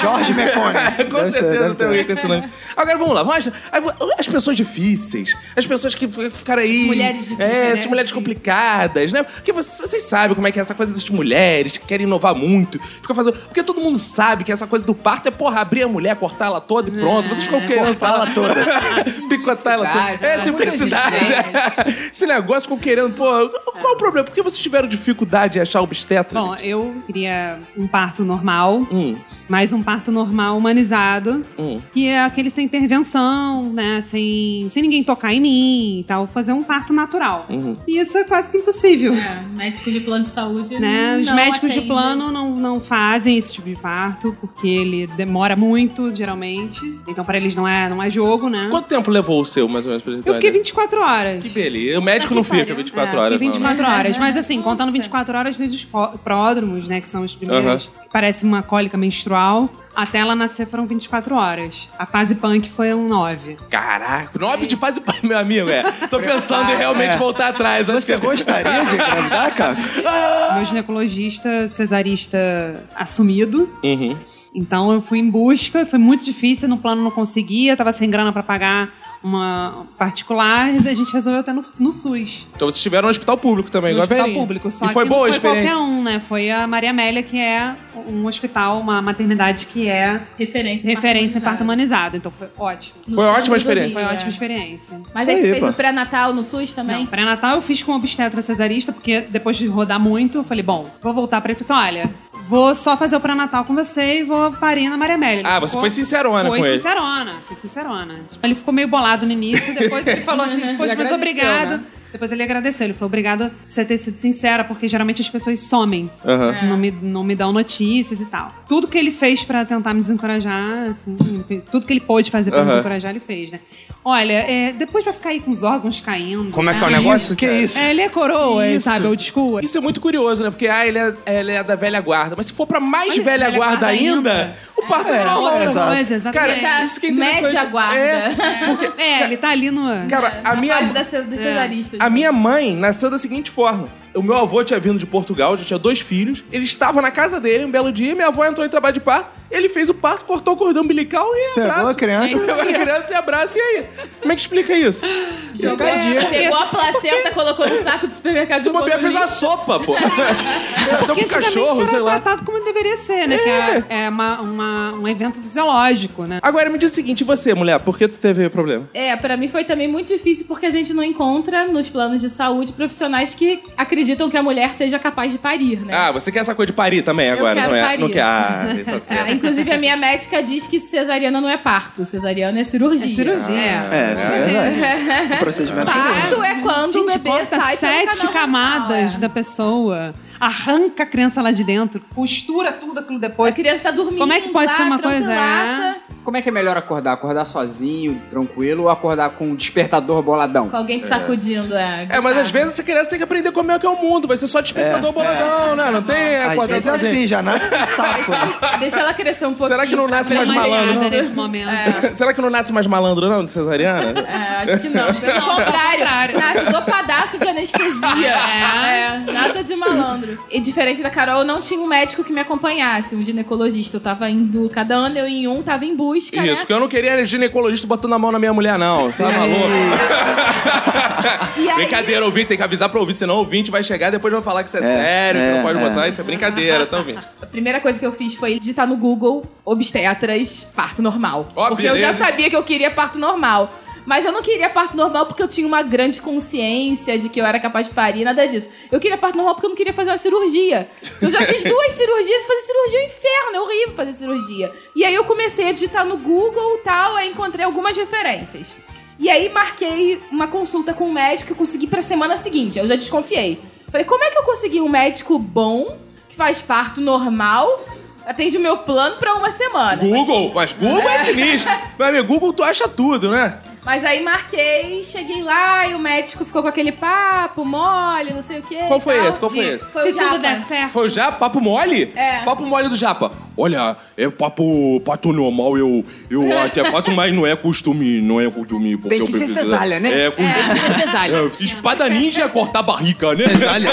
Jorge Mecônio. [LAUGHS] com Deve ser, certeza deve tem alguém com esse nome. Agora, vamos lá. Vamos, aí, vou- as pessoas difíceis, as pessoas que ficaram aí... Mulheres difíceis, É, essas né? mulheres complicadas, né? Porque vocês, vocês sabem como é que é essa coisa das mulheres que querem inovar muito. Fica fazendo... Porque todo mundo sabe que essa coisa do parto é, porra, abrir a mulher, cortar ela toda e pronto. Vocês ficam querendo falar... Cortá-la [LAUGHS] toda. Picotar ela toda. É, Simplicidade, simplicidade. [LAUGHS] Esse negócio ficou querendo... Pô, qual o problema? Por que vocês tiveram dificuldade em achar obstetra? Bom, eu queria um parto normal, Hum, mas um parto normal humanizado, hum. que é aquele sem intervenção, né? Sem, sem ninguém tocar em mim e tal. Fazer um parto natural. Uhum. E isso é quase que impossível. É, médico de plano de saúde. né? Hum, Os não médicos de atende. plano não, não fazem esse tipo de parto, porque ele demora muito, geralmente. Então, pra eles não é, não é jogo, né? Quanto tempo levou o seu, mais ou menos, pra gente ter Eu uma fiquei ideia? 24 horas. Que beleza. O médico não fica 24 É, horas, fiquei não. né? 24 horas. Mas assim, Nossa. contando 24 horas desde os pródromos, né? Que são os primeiros. que Parece uma cólica menstrual. Até ela nascer foram 24 horas. A fase punk um foram 9. Caraca, nove de fase. Meu amigo, é. Tô pensando em realmente voltar atrás. Acho Você que- é Ah. [LAUGHS] gostaria de engravidar, cara? Meu ginecologista, cesarista assumido. Uhum. Então eu fui em busca, foi muito difícil, no plano não conseguia, tava sem grana pra pagar uma particular, e a gente resolveu até no, no SUS. Então vocês tiveram no hospital público também, igual no a hospital velhinha. público. Só E foi que não boa a foi experiência? qualquer um, né? Foi a Maria Amélia, que é um hospital, uma maternidade que é Referência. referência em parto parto humanizado. Então foi ótimo. No Foi centro ótima do experiência. Foi Rio, é. ótima experiência. Mas Isso aí aí, você fez pô. o pré-natal no SUS Não, também? pré-natal eu fiz com um obstetra cesarista, porque depois de rodar muito, eu falei, bom, vou voltar pra ele e falei assim, olha, vou só fazer o pré-natal com você e vou parir na Maria Amélia. Ele Ah, você ficou- foi sincerona foi com ele. sincerona, foi sincerona. Então, Ele ficou meio bolado no início, depois ele [LAUGHS] falou assim, poxa, mas agradeceu, obrigado. né? Depois ele agradeceu, ele falou, obrigado por você ter sido sincera, porque geralmente as pessoas somem, Aham. não, me, não me dão notícias e tal. Tudo que ele fez pra tentar me desencorajar, assim, tudo que ele pôde fazer pra Aham. me desencorajar, ele fez, né? Olha, é, depois vai ficar aí com os órgãos caindo. Como é que é o né? negócio? Que isso? É, ele é coroa, Isso. sabe? Old school. Isso é muito curioso, né? Porque, ah, ele é, ele é da velha guarda. Mas se for pra mais Olha, velha, guarda, ainda, o parto é, Era normal. outra exato. coisa, exatamente. Cara, isso que é interessante. Média guarda. É, porque, é, ele tá ali no... cara, a Na minha, É. fase da ce- dos cesaristas. A minha mãe nasceu da seguinte forma. O meu avô tinha vindo de Portugal, já tinha dois filhos. Ele estava na casa dele um belo dia, minha avó entrou em trabalho de parto. Ele fez o parto, cortou o cordão umbilical e Pegou abraça. a criança. Pegou a criança e abraça. E aí? Como é que explica isso? Jogou, pegou a placenta, colocou no saco do supermercado. Se o jogou bobear no fez uma lixo. sopa, [LAUGHS] pô. Deu Porque pro antigamente cachorro, era sei tá- lá. tratado como deveria ser, né? Que é, é uma, uma- um evento fisiológico, né? Agora me diz o seguinte, e você, mulher, por que tu teve problema? É, pra mim foi também muito difícil porque a gente não encontra nos planos de saúde profissionais que acreditam que a mulher seja capaz de parir, né? Ah, você quer essa coisa de parir também Eu agora, quero não é? parir. Não quer. Ah, tá certo. [LAUGHS] É, inclusive, a minha médica diz que cesariana não é parto, cesariana é cirurgia. É cirurgia. É. É, isso é verdade. O procedimento cirúrgico. Parto é quando o Gente, bebê corta sai pelo sete canal camadas vaginal, da pessoa, arranca a criança lá de dentro, costura tudo aquilo é. [LAUGHS] A depois. criança tá dormindo Como é que pode lá, ser uma coisa- tranquilaça, Como é que é melhor acordar? Acordar sozinho, tranquilo, ou acordar com um despertador boladão? com alguém te sacudindo. É, É, mas às vezes essa criança tem que aprender como é que é o mundo. Vai ser só despertador boladão, né? Não tem É, Às acordar vezes é sozinho. assim, já nasce saco. né? Deixa ela crescer um pouquinho. Será que não nasce mais pra aprender malandro, isso. não? nesse momento. [LAUGHS] É. Será que não nasce mais malandro, não, de [LAUGHS] cesariana? É, acho que não. Pelo contrário, contrário. nasce dopadaço de anestesia. É. É. nada de malandro. E diferente da Carol, eu não tinha um médico que me acompanhasse, um ginecologista. Eu tava indo, cada ano eu ia em um, tava em busca, Isso, né? porque eu não queria ginecologista botando a mão na minha mulher, não. Tá maluco? E aí, Brincadeira, ouvinte, tem que avisar pra ouvir, senão o ouvinte vai chegar e depois vai falar que isso é, sério, que é, não pode é. botar, isso é brincadeira, tá ouvindo? a primeira coisa que eu fiz foi digitar no Google obstetras parto normal. Ó, porque eu já beleza. sabia que eu queria parto normal. Mas eu não queria parto normal porque eu tinha uma grande consciência de que eu era capaz de parir, nada disso. Eu queria parto normal porque eu não queria fazer uma cirurgia. Eu já fiz duas cirurgias, fazer cirurgia é um inferno, é horrível fazer cirurgia. E aí eu comecei a digitar no Google e tal, aí encontrei algumas referências. E aí marquei uma consulta com um médico e consegui pra semana seguinte. Eu já desconfiei. Falei, como é que eu consegui um médico bom, que faz parto normal, é, atende o meu plano pra uma semana. Google, mas Google é sinistro. Meu amigo, Google tu acha tudo, né? Mas aí marquei, cheguei lá e o médico ficou com aquele papo mole, não sei o quê. Qual e foi tal. esse? Qual foi esse? É, Foi o Se tudo Japa. der certo. Foi o Japa? Papo mole? É. Papo mole do Japa. Olha, é papo, papo normal, eu, eu até faço, mas não é costume, não é costume. Porque Tem que eu ser preciso- cesárea, né? É, com... Tem que [LAUGHS] ser cesárea. é, espada ninja é cortar barriga, né? Cesália.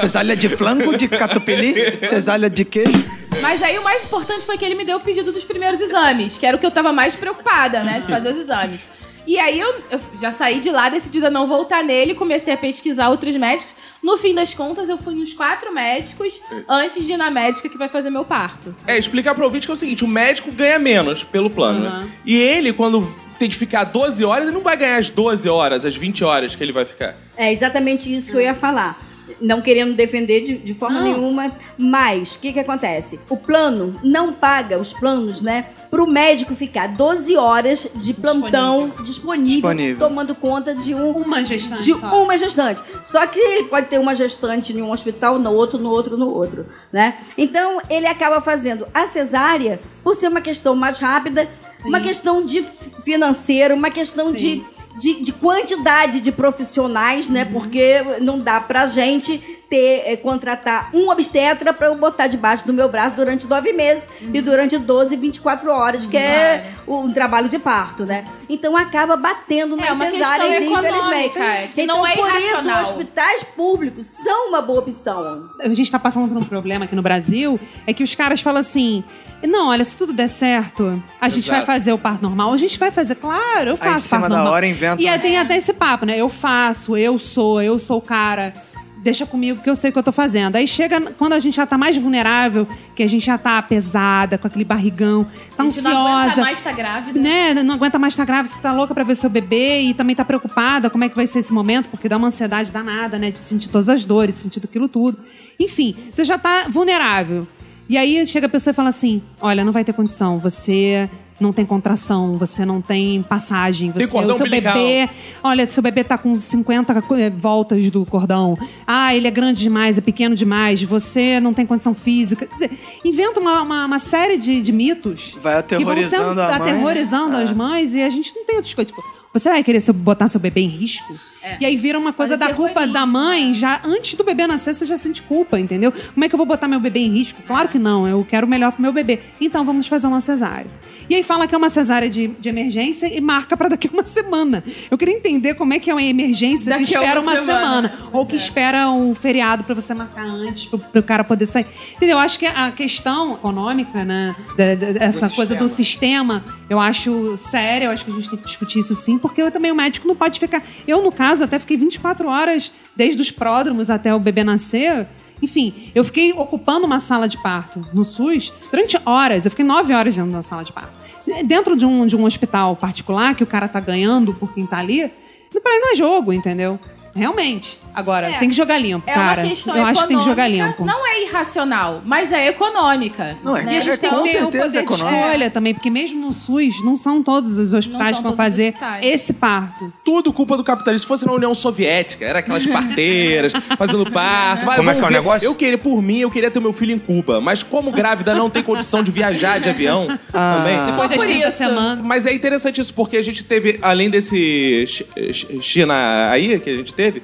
Cesália de flanco, de catupiry, cesália de queijo. Mas aí o mais importante foi que ele me deu o pedido dos primeiros exames, que era o que eu tava mais preocupada, né, de fazer os exames. E aí eu, eu já saí de lá decidida a não voltar nele, comecei a pesquisar outros médicos. No fim das contas, eu fui nos quatro médicos antes de ir na médica que vai fazer meu parto. É, explicar pro ouvinte que é o seguinte: o médico ganha menos pelo plano, né? E ele, quando tem que ficar 12 horas, ele não vai ganhar as 12 horas, as 20 horas que ele vai ficar. É exatamente isso que eu ia falar. Não querendo defender de, de forma nenhuma, mas o que, que acontece? O plano não paga os planos, né? Pro médico ficar 12 horas de plantão disponível, Disponível. tomando conta de um. Uma gestante De só. uma gestante. Só que ele pode ter uma gestante em um hospital, no outro, no outro, no outro, né? Então, ele acaba fazendo a cesárea por ser uma questão mais rápida, uma questão de financeiro, uma questão de, de, de quantidade de profissionais, né? Porque não dá pra gente ter, eh, contratar um obstetra pra eu botar debaixo do meu braço durante nove meses e durante 12, 24 horas, que é um trabalho de parto, né? Então acaba batendo É nas uma questão cesáreas, econômica, infelizmente. é, que então, não é por irracional. isso, hospitais públicos são uma boa opção. a gente tá passando por um problema aqui no Brasil, é que os caras falam assim. Não, olha, se tudo der certo, a gente Exato. vai fazer o parto normal. A gente vai fazer, claro, eu faço Aí em cima parto da normal. hora inventa. E aí tem até esse papo, né? Eu faço, eu sou, eu sou o cara. Deixa comigo que eu sei o que eu tô fazendo. Aí chega quando a gente já tá mais vulnerável, que a gente já tá pesada, com aquele barrigão, tá A gente não aguenta ansiosa. mais tá grávida. Né, não aguenta mais estar grávida, você tá louca pra ver seu bebê e também tá preocupada como é que vai ser esse momento, porque dá uma ansiedade danada, né? De sentir todas as dores, de sentir aquilo tudo. Enfim, você já tá vulnerável. E aí chega a pessoa e fala assim: olha, não vai ter condição, você não tem contração, você não tem passagem, você, Tem cordão o seu umbilical. bebê. Olha, seu bebê tá com 50 eh, voltas do cordão. Ah, ele é grande demais, é pequeno demais, você não tem condição física. Quer dizer, inventa uma, uma- uma série de, de mitos Vai que vão aterrorizando sendo a mãe. É. aterrorizando as mães e a gente não tem outras coisas. Tipo, você vai querer seu- botar seu bebê em risco? É. E aí vira uma coisa da culpa terrorismo, da né? mãe, já antes do bebê nascer, você já sente culpa, entendeu? Como é que eu vou botar meu bebê em risco? Claro que não, eu quero o melhor pro meu bebê. Então vamos fazer uma cesárea. E aí fala que é uma cesárea de, de emergência e marca pra daqui a uma [LAUGHS] semana. Eu queria entender como é que é uma emergência Daqui que a espera uma uma, semana. É. semana. Ou que espera um feriado pra você marcar antes, pro, pro cara poder sair. Entendeu? Eu acho que a questão econômica, né? da- da- essa coisa do sistema, eu acho séria, eu acho que a gente tem que discutir isso sim, porque eu, também o médico não pode ficar. Eu, no caso, até fiquei 24 horas, desde os pródromos até o bebê nascer. Enfim, eu fiquei ocupando uma sala de parto no SUS durante horas. Eu fiquei nove horas dentro da sala de parto. Dentro de um, de um hospital particular, que o cara tá ganhando por quem tá ali, não para não é jogo, entendeu? Realmente. Agora, É. tem que jogar limpo, É cara. uma questão eu econômica. acho que tem que jogar limpo. Não é irracional, mas é econômica. Não, é né? que E a gente tem com que ter o certeza poder de econômico. escolha também, porque mesmo no SUS, não são todos os Não são hospitais que vão todos os fazer hospitais. esse parto. Tudo culpa do capitalismo. Se fosse na União Soviética, era aquelas parteiras fazendo parto. Vai, Como é vamos que é o ver. negócio? Eu queria, por mim, eu queria ter meu filho em Cuba. Mas como grávida não tem condição de viajar de avião também. Depois das por 30 isso. semanas. Mas é interessante isso, porque a gente teve, além desse chi- chi- China aí que a gente teve,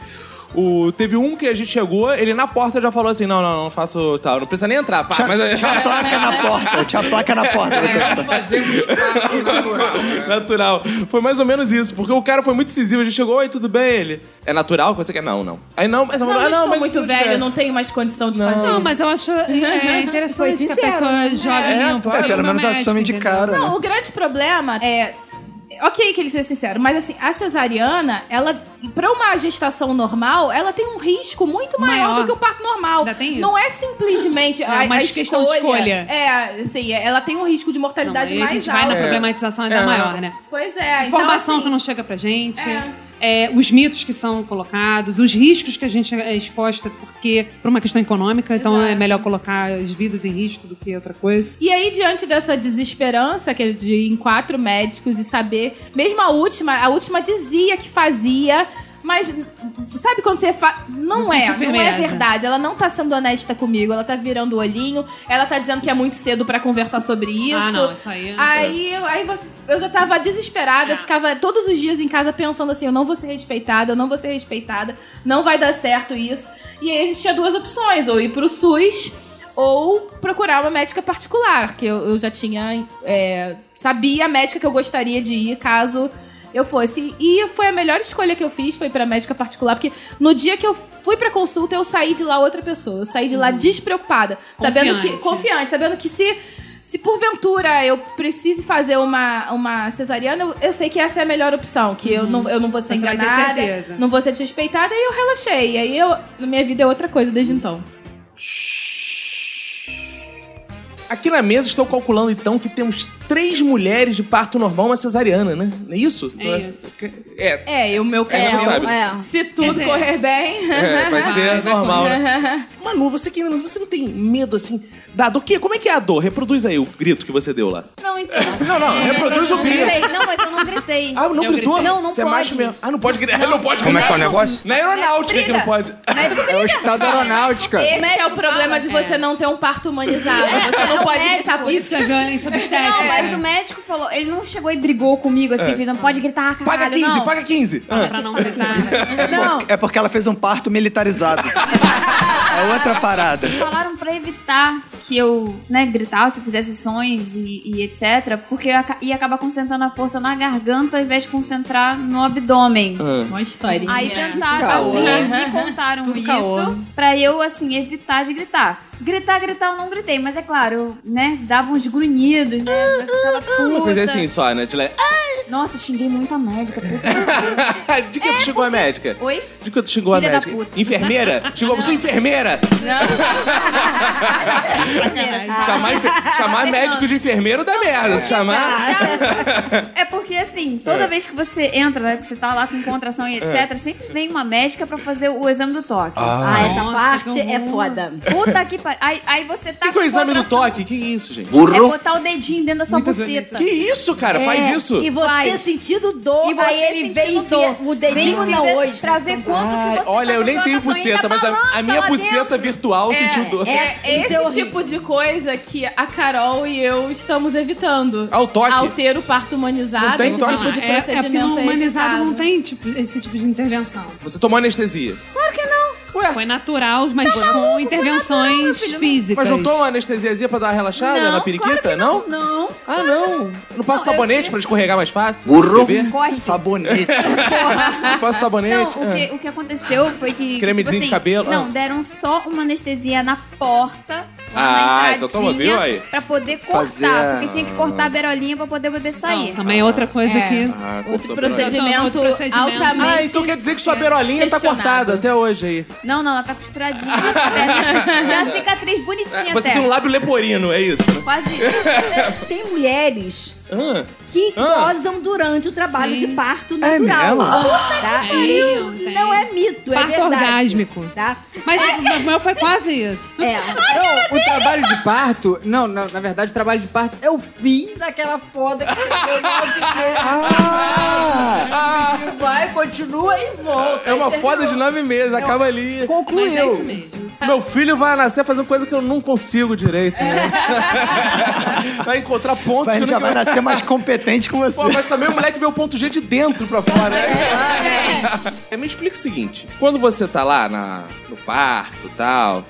o, teve um que a gente chegou, ele na porta já falou assim: não, não, não faço tal, não precisa nem entrar. Pá, Tinha, mas é tinha a placa na porta, tinha a placa na porta. É, Fazemos parto natural. [LAUGHS] Natural. Foi mais ou menos isso, porque o cara foi muito incisivo. A gente chegou, oi, tudo bem? Ele, é natural que você quer? Não, não. Aí não, mas a Não, mulher, mas ah, não, estou mas muito isso velho, é. tiver. não tenho mais condição de fazer Não, isso. mas eu acho é, interessante Foi que a sincero, pessoa né? joga É, claro, limpo. Porque Pelo não é menos médico, assume de entendeu? cara. né? Não, o grande problema é. Ok, que ele seja sincero, mas assim, a cesariana, ela, pra uma gestação normal, ela tem um risco muito maior, Maior. do que o parto normal. Ainda tem isso. Não é simplesmente. a, uma a questão de escolha. É, assim, ela tem um risco de Não, mortalidade aí a mais gente vai alto. na problematização ainda É. maior, né? Pois é, então. Informação assim, que não chega pra gente, é, os mitos que são colocados, os riscos que a gente é exposta porque por uma questão econômica, então é Exato. melhor colocar as vidas em risco do que outra coisa. E aí, diante dessa desesperança que é ele- de ir em quatro médicos e saber, mesmo a última, a última dizia que fazia. Mas sabe quando você fa... Não, Não é, senti não é firmeza. verdade. Ela não tá sendo honesta comigo, ela tá virando o olhinho, ela tá dizendo que é muito cedo pra conversar sobre isso. Ah, não, Ah. isso aí. Aí, aí você- eu já tava desesperada, eu ficava todos os dias em casa pensando assim: eu não vou ser respeitada, eu não vou ser respeitada, não vai dar certo isso. E aí a gente tinha duas opções: ou ir pro SUS ou procurar uma médica particular, que eu, eu já tinha. é, sabia a médica que eu gostaria de ir caso eu fosse. E foi a melhor escolha que eu fiz, foi pra médica particular, porque no dia que eu fui pra consulta, eu saí de lá outra pessoa. Eu saí de lá despreocupada, sabendo que. Hum. Confiante. Confiante, sabendo que se. Se porventura eu precise fazer uma, uma cesariana, eu, eu sei que essa é a melhor opção, que eu, não, eu não vou ser Você vai ter enganada, certeza. não vou ser desrespeitada, e eu relaxei. E aí eu, na minha vida é outra coisa desde então. Aqui na mesa estou calculando então que temos três mulheres de parto normal, uma cesariana, né? Não é isso? É isso. É, É, e o meu É, não caso, sabe. Ah, se tudo correr bem. É, vai ser [LAUGHS] normal, É. né? né? Manu, você que ainda não, você não tem medo assim da dor? Que, como é que é a dor? Reproduz aí o grito que você deu lá. Não, então. Não, não, reproduz o Não grito. gritei. Não, mas eu não [LAUGHS] gritei. Ah, não Eu gritou? gritei. Não, não Você é pode. macho mesmo. Ah, não pode gritar. Não, pode gritar. Como é que é o negócio? Na aeronáutica que não pode. Médico É o hospital da aeronáutica. Esse que é médico o problema fala, É, de você não ter um parto humanizado. Você não o pode médico- gritar por isso. Isso é violência obstétrica. Não, mas o médico falou, ele não chegou e brigou comigo assim, filho, não pode gritar, caralho, Paga 15, não. paga 15. Ah. Pra não gritar. [LAUGHS] Não, É porque ela fez um parto Ah, militarizado. é outra parada. Falaram pra evitar que eu, né, gritasse, fizesse sons e, e etc, porque eu aca- ia acabar concentrando a força na garganta ao invés de concentrar no abdômen. Ah. Uma história. Aí tentaram, Caô. assim, Aham. me contaram Tudo isso caô. pra eu, assim, evitar de gritar. Gritar, gritar, eu não gritei, mas é claro, eu, né, dava uns grunhidos, né, eu ficava Uma coisa puta. assim só, né? De lá- Nossa, eu xinguei muito a médica, puta. [LAUGHS] De que tu xingou a médica? É, Oi? De que tu xingou a Filha da médica? puta. Enfermeira? Xingou, você é enfermeira? Chamar, enfe- chamar Ah. Não. médico de enfermeiro dá merda. Se Chamar. É porque, assim, toda vez que você entra, né, que você tá lá com contração É. e etc, sempre vem uma médica pra fazer o exame do toque. Ah, essa Nossa, parte que é horror. foda. Puta que pariu. Aí, aí você tá O que, que é o com exame do contração, toque? Que isso, gente? É botar o dedinho dentro da sua buceta. Que isso, cara? Faz É, isso? E você Faz. sentindo dor, E você aí ele vem e sentindo enfia dor. o dedinho Vem na ver- hoje. né, Pra ver quanto Ai, que você olha, tá eu nem usando tenho a sua buceta, ainda mas a, a balança minha lá buceta dentro. virtual sentiu dor. É Isso é esse horrível. tipo de coisa que a Carol e eu estamos evitando. Ao Ah, toque. Ao ter o parto humanizado, Não tem esse toque. tipo de é, é porque procedimento no é humanizado não evitado. tem tipo, esse tipo de intervenção. Você tomou anestesia. Foi natural, mas com intervenções físicas. Mas não toma uma anestesiazinha pra dar uma relaxada na periquita? não. não. Ah, não. Não passa sabonete pra escorregar mais fácil? Burro. [LAUGHS] Não Costa. Sabonete. passa Não, sabonete? ah. o que, o que aconteceu foi que. Cremezinho tipo assim, de cabelo, Não, deram só uma anestesia na porta. Ah, Lá na então toma, viu aí? entradinha, Pra poder cortar. Fazer a- Porque tinha que cortar a berolinha pra poder poder sair. Não, também é outra coisa É. que. Ah, Ah, Outro cortou pela- procedimento, Outro procedimento. altamente. Ah, então quer dizer que sua berolinha tá questionado. cortada até hoje aí. Não, não, ela tá [LAUGHS] costuradinha. né? Tem uma cicatriz bonitinha Você até. tem um lábio leporino, é isso? Quase. Tem mulheres Ah, que Ah. gozam durante o trabalho Sim. de É parto natural. mesmo? tá? tem, Isso tem. não é mito, é Parto verdade. orgásmico. Tá? Mas o meu foi quase isso. É. Não, o trabalho de parto. Não, na, na verdade, o trabalho de parto é o fim daquela foda que você deu lá o [LAUGHS] Ah! E vai, continua e volta. é uma entendeu? foda de nove meses, acaba ali. Mas é isso Concluiu. mesmo. Ah. Meu filho vai nascer fazendo coisa que eu não consigo [LAUGHS] direito. né? Vai encontrar pontos Vai, que eu já nunca... vai nascer mais competente com você. Pô, mas também o moleque vê o ponto G de dentro pra fora. né? É, me explica o seguinte: quando você tá lá na- no parto e tal,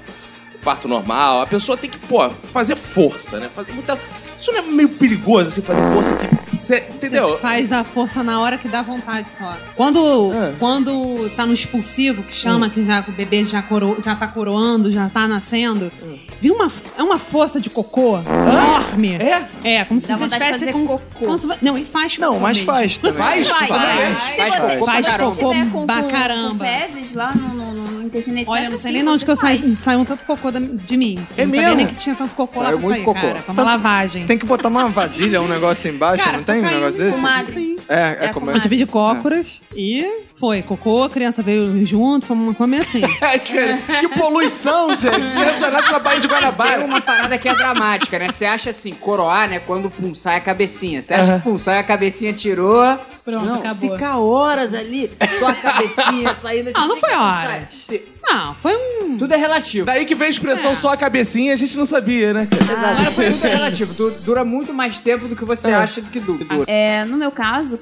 parto normal, a pessoa tem que, pô, fazer força, né? Fazer muita. Isso não é meio perigoso, assim, fazer força que. Você, entendeu? Você faz a força na hora que dá vontade só. Quando, É. Ah. quando tá no expulsivo, que Hum. chama que já, o bebê já, coro, já tá coroando, já tá nascendo, Hum. viu uma, é uma força de cocô enorme. É? É, como se Dá você vontade de tivesse fazer com cocô. como se fo- não, e faz Não, cocô mas mesmo. faz também. Faz? Faz, Faz. né? Se Faz, você, faz. se Faz, você tiver pô, com, pra com, com caramba. fezes lá no, no, no intestino, etc. Olha, eu não sei sim, nem de onde você que eu saí, faz. saiu um tanto cocô da- de mim. É Eu não mesmo? sabia nem que tinha tanto cocô Saiu lá pra muito sair, cocô. cara. Foi uma Tanto- lavagem. Tem que botar uma vasilha, um negócio embaixo, Cara, não tem um caindo negócio desse? com madre. É, é, como como eu tive de cócoras e foi. Cocô, a criança veio junto, foi uma coisa meio assim. Ai, cara, que poluição, [LAUGHS] gente. As crianças já nascem com a barriga de Tem Guanabara. uma parada que é dramática, né? Você acha assim, coroar, né? Quando punçar é a cabecinha. Você acha que punçar é a cabecinha, tirou. Pronto, não, acabou. Fica horas ali, só a [LAUGHS] cabecinha saindo. Ah, tem não que foi punçar. horas. Não, foi um. Tudo é relativo. Daí que vem a expressão só a cabecinha, a gente não sabia, né? cara? Cara, foi tudo é relativo. Du- Dura muito mais tempo do que você É. acha do que dura. É, no meu caso,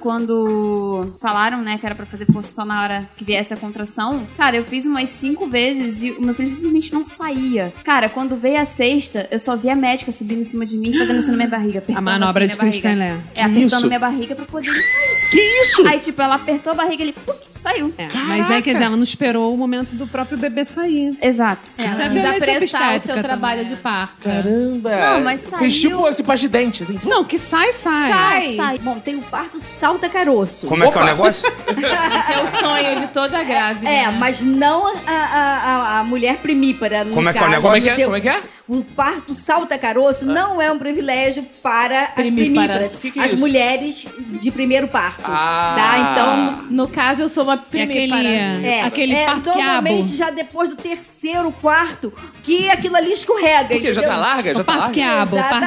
quando falaram, né, que era pra fazer força só na hora que viesse a contração, cara, eu fiz umas cinco vezes e o meu filho simplesmente não saía. Cara, quando veio a sexta, eu só vi a médica subindo em cima de mim, fazendo assim na minha barriga. apertando A manobra assim de na minha Christian barriga. Lé. É, apertando isso? minha barriga pra poder ele sair. Que isso? Aí, tipo, ela apertou a barriga e ele puk, saiu. É, mas é, quer dizer, ela não esperou o momento do próprio bebê sair. Exato. É, Isso é ela quis violência apressar o obstétrica seu também, trabalho né? de parto. Caramba. Não, mas saiu. Fez tipo esse par de dente, assim. Não, que sai, sai. Sai! Sai. Bom, tem o parto salta caroço. Como é que é o negócio? Que é o sonho de toda grávida. [LAUGHS] né? É, mas não a, a, a, a mulher primípara. no Como é que é o caso. negócio? Ah. Seu- Como é que é? Um parto salta caroço não é um privilégio para as Primíparas. primíparas, Que que é as isso? mulheres de primeiro parto. Ah. Tá? Então. No caso, eu sou uma É aquele, primeira. É, aquele é, parqueabo. normalmente já depois do terceiro, quarto, que aquilo ali escorrega. Por quê? Já tá entendeu? larga? Já tá larga? Parqueabo, Exatamente.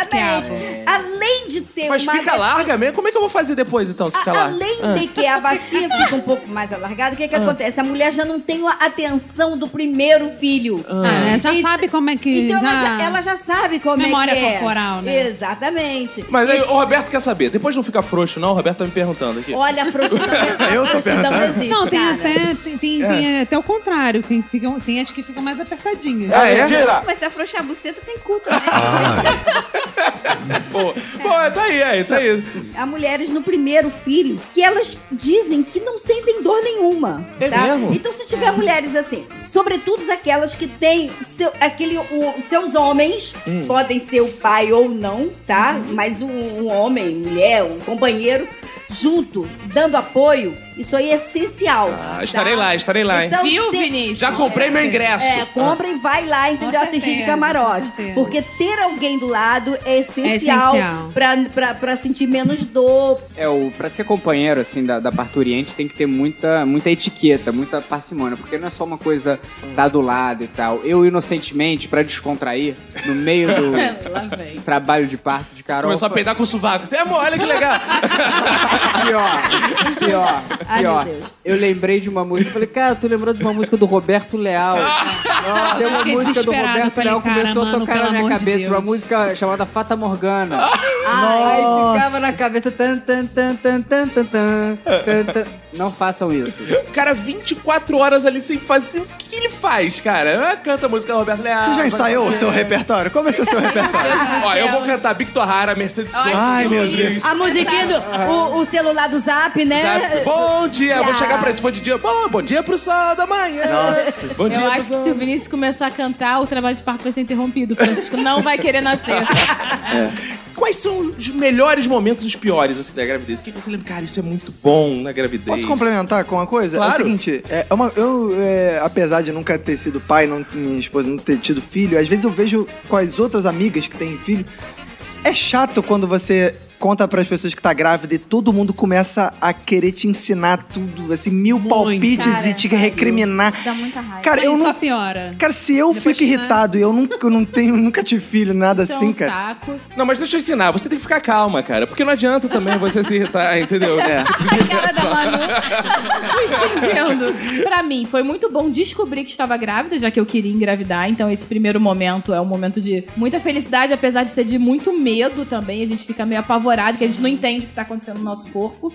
parqueabo. Além de ter Mas é uma fica larga mesmo? Como é que eu vou fazer depois, então, se A- ficar larga? Além de que a bacia fica um pouco mais alargada, o que, que acontece? A mulher já não tem a atenção do primeiro filho. Ah, né? Já E- sabe como é que. Então já... Ela, já, ela já sabe como Memória é que é. corporal, né? Exatamente. Mas aí, o Roberto quer saber. Depois não fica frouxo, não? O Roberto tá me perguntando aqui. Olha, a prostituição, Eu a tô prostituição não perguntando. existe, Não, tem cara. até, tem, tem- tem até o contrário. Tem, tem, tem as que ficam mais apertadinhas. Ah, é? Mentira! Mas se afrouxar a buceta, tem né? cu também. Ah. Pô, pô, tá aí, aí, tá aí. Há mulheres no primeiro filho que elas dizem que não sentem dor nenhuma. É tá? mesmo? Então, se tiver mulheres assim, sobretudo aquelas que têm o seu, aquele, o- seus homens, Hum. podem ser o pai ou não, tá? Uhum. Mas um, um homem, mulher, um companheiro, junto, dando apoio, isso aí é essencial. Ah, tá? estarei lá, estarei lá, hein? Então, Viu, tem- Vinícius? Já comprei meu ingresso. É, compra e vai lá, entendeu? Com Assistir de certeza, camarote. com certeza. Porque ter alguém do lado é essencial, essencial. Pra, pra, pra sentir menos dor, É, o, pra ser companheiro, assim, da, da parturiente, tem que ter muita, muita etiqueta, muita parcimônia, porque não é só uma coisa tá do lado e tal. Eu, inocentemente, pra descontrair, no meio [LAUGHS] do Lá vem. trabalho de parto de Carol... Começou a peidar com o sovaco. Você, amor, olha que legal. Pior, pior, Ai, pior. meu Deus. Eu lembrei de uma música, eu falei, cara, tu lembrou de uma música do Roberto Leal. Tem uma fiquei música do desesperada, Roberto falei, Leal, cara, começou mano, a tocar pelo na minha amor de cabeça, Deus. uma música chamada Fata Morgana. Aí ficava na cabeça. Tan, tan, tan, tan, tan, tan, tan, tan, tan. Não façam isso. O cara 24 horas ali sem fazer. O que que ele faz, cara? Ah, Canta a música do Roberto Leal. Você já vai ensaiou o fazer. seu repertório? Como é seu, seu repertório? Ah, Ó, eu vou cantar Victor Hara, Mercedes Sosa. Ai, meu Deus. A musiquinha do o, o celular do zap, né? Sabe? Bom dia, vou chegar pra esse fã de dia. Bom, bom dia pro sol da manhã. Nossa bom dia Eu pro acho que sol. se o Vinícius começar a cantar, o trabalho de parto vai ser interrompido. O Francisco não vai querer nascer. Quais são os melhores momentos e os piores assim, da gravidez? O que que você lembra? Cara, isso é muito bom na gravidez. Posso complementar com uma coisa? É Claro. o seguinte, é é uma, eu, é, apesar de nunca ter sido pai, não, minha esposa não ter tido filho, às vezes eu vejo com as outras amigas que têm filho. É chato quando você conta para as pessoas que tá grávida e todo mundo começa a querer te ensinar tudo, assim, mil Muito. palpites e Cara, te recriminar. Isso dá muita raiva. Cara, eu Aí só não. piora. Cara, se eu fico Depois que nasce. irritado e eu nunca, eu não tenho, nunca tive filho, nada Isso é assim, um cara. saco. Não, mas deixa eu ensinar. Você tem que ficar calma, cara. Porque não adianta também você se irritar, entendeu? É. cara da Manu. Tô entendendo. Pra mim, foi muito bom descobrir que estava grávida, já que eu queria engravidar. Então, esse primeiro momento é um momento de muita felicidade, apesar de ser de muito medo também. A gente fica meio apavorado, que a gente não entende o que tá acontecendo no nosso corpo.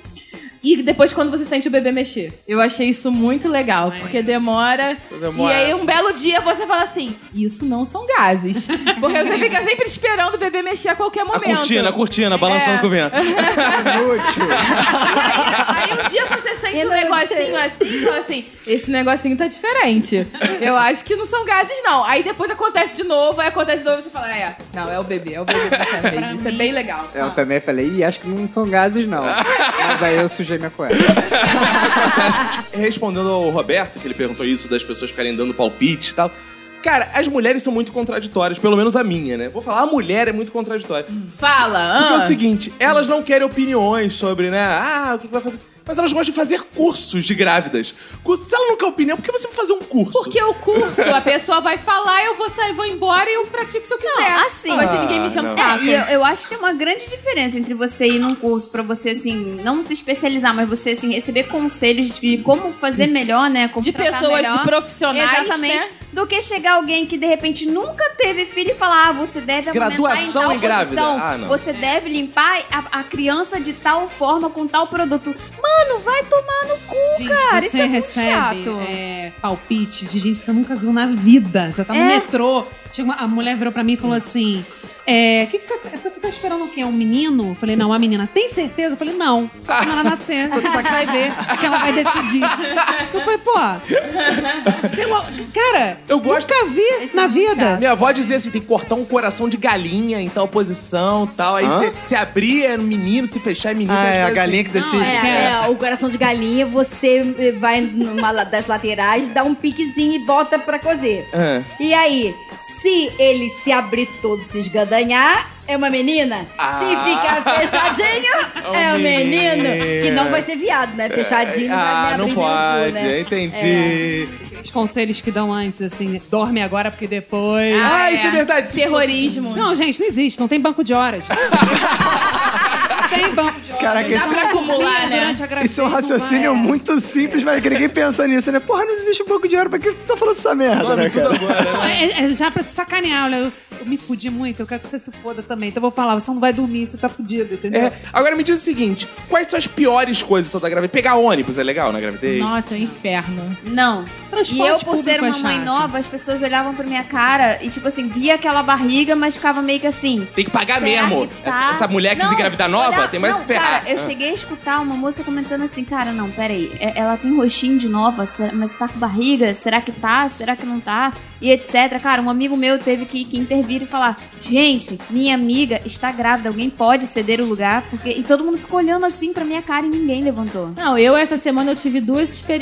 E depois, quando você sente o bebê mexer. Eu achei isso muito legal, porque demora. Demora. E aí, um belo dia, você fala assim: Isso não são gases. Porque você fica sempre esperando o bebê mexer a qualquer A momento. cortina, a cortina, balançando É. com o [LAUGHS] vento. Aí um dia você sente um negocinho assim e fala assim: esse negocinho tá diferente. Eu acho que não são gases, não. Aí depois acontece de novo, aí acontece de novo e você fala: é, não, é o bebê, é o bebê dessa vez. Isso é bem legal. Eu também falei, ih, acho que não são gases, não. Mas aí eu sujei minha cueca. Respondendo ao Roberto, que ele perguntou isso das pessoas ficarem dando palpite e tal. Cara, as mulheres são muito contraditórias, pelo menos a minha, né? Vou falar, a mulher é muito contraditória. Fala, Porque é ah. o seguinte, elas não querem opiniões sobre, né? Ah, o que que vai fazer? Mas elas gostam de fazer cursos de grávidas. Curso- Se ela não quer opinião, por que você vai fazer um curso? Porque o curso, a pessoa vai falar, eu vou sair, vou embora e eu pratico se eu quiser. assim. Não vai ter ninguém me Ah, chamando não. saco. É, e eu, eu acho que é uma grande diferença entre você ir num curso pra você, assim, não se especializar, mas você, assim, receber conselhos de como fazer melhor, né? Como De tratar pessoas, melhor. de profissionais, Exatamente. né? Do que chegar alguém que de repente nunca teve filho e falar: ah, você deve amamentar Graduação então, em em tal grávida. posição. Ah, não. Você deve limpar a, a criança de tal forma com tal produto. Mano, vai tomar no cu, Gente, cara. você Isso é muito recebe chato. é, palpite de gente que você nunca viu na vida. Você tá no É. metrô, chega uma- a mulher virou pra mim e falou assim: é, que que você, você tá esperando o quê? Um menino? Eu falei, não, uma menina. Tem certeza? Eu falei, [LAUGHS] não. Só Ah. quando ela nascer, só que vai ver, [LAUGHS] que ela vai decidir. Eu falei, pô. tem uma- Cara, Eu gosto- nunca vi Esse é na muito vida. chato. Minha avó dizia assim: tem que cortar um coração de galinha em tal posição tal. Aí Hã? se, se abrir é menino, se fechar é menino. Ah, aí é a faz galinha que decide. É. É, é, o coração de galinha, você eh, vai numa la- das laterais, dá um piquezinho e bota pra cozer. É. E aí, se ele se abrir todo, se esgadanhar, é uma menina. Ah. Se ficar fechadinho, É um é um menino. menino. Que não vai ser viado, né? Fechadinho, Ah, não não vai pode, nem abrir nem o cu, né? entendi. É. Os conselhos que dão antes, assim, dorme agora porque depois. Ah, isso é verdade. Terrorismo. Não, gente, não existe. Não tem banco de horas. tem banco de horas. Caraca, Dá esse, pra acumular, né? Durante a gravidez, esse seu não vai- raciocínio é muito simples, mas que ninguém pensa nisso, né? Porra, não existe um pouco de hora pra que tu tá falando essa merda, né, Come tudo cara? agora. Não, É, é já pra te sacanear, olha, eu, eu me fudi muito, eu quero que você se foda também. Então eu vou falar, você não vai dormir, você tá fudido, entendeu? É, agora me diz o seguinte: quais são as piores coisas da gravidez? Pegar ônibus é legal na gravidez? Nossa, é um inferno. Não. E Transporte eu, por ser público é uma mãe chato. nova, as pessoas olhavam pra minha cara e, tipo assim, via aquela barriga, mas ficava meio que assim. Tem que pagar Será mesmo. que tá? Essa, essa mulher quis Não, engravidar nova, olha- tem mais não, que ferrar. Cara, eu Ah. cheguei a escutar uma moça comentando assim, cara, não, peraí, é- ela tem roxinho de nova, será- mas tá com barriga, será que tá, será que não tá, e etc. Cara, um amigo meu teve que, que intervir e falar, gente, minha amiga está grávida, alguém pode ceder o lugar? Porque... E todo mundo ficou olhando assim pra minha cara e ninguém levantou. Não, eu essa semana eu tive duas experiências.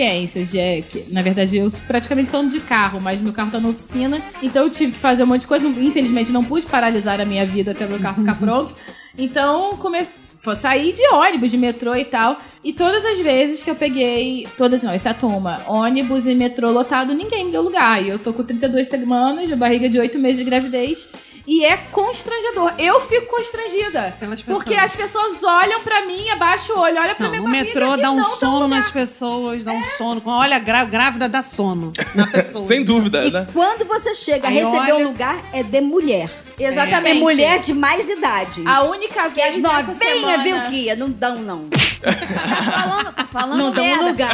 De, é, que, na verdade, eu praticamente sou dono de carro, mas meu carro tá na oficina, então eu tive que fazer um monte de coisa. Infelizmente, não pude paralisar a minha vida até meu carro ficar [LAUGHS] pronto. Então, comecei. Saí de ônibus, de metrô e tal. E todas as vezes que eu peguei, todas não, exceto uma, ônibus e metrô lotado, ninguém me deu lugar. E eu tô com 32 semanas, barriga de 8 meses de gravidez. E é constrangedor. Eu fico constrangida. Pelas pessoas. Porque as pessoas olham pra mim, abaixa o olho, olha pra Não, minha no barriga metrô que dá um não tão sono nas pessoas, dá um sono. Olha, grá- grávida dá sono na pessoa. Sem dúvida, né? E quando você chega a Aí receber olha- um lugar, é de mulher. Exatamente. É mulher de mais idade. A única Porque as vez essa novinhas, semana... viu, Kia? É Não dão, não. Tá falando, tá falando um Não dão um merda. lugar.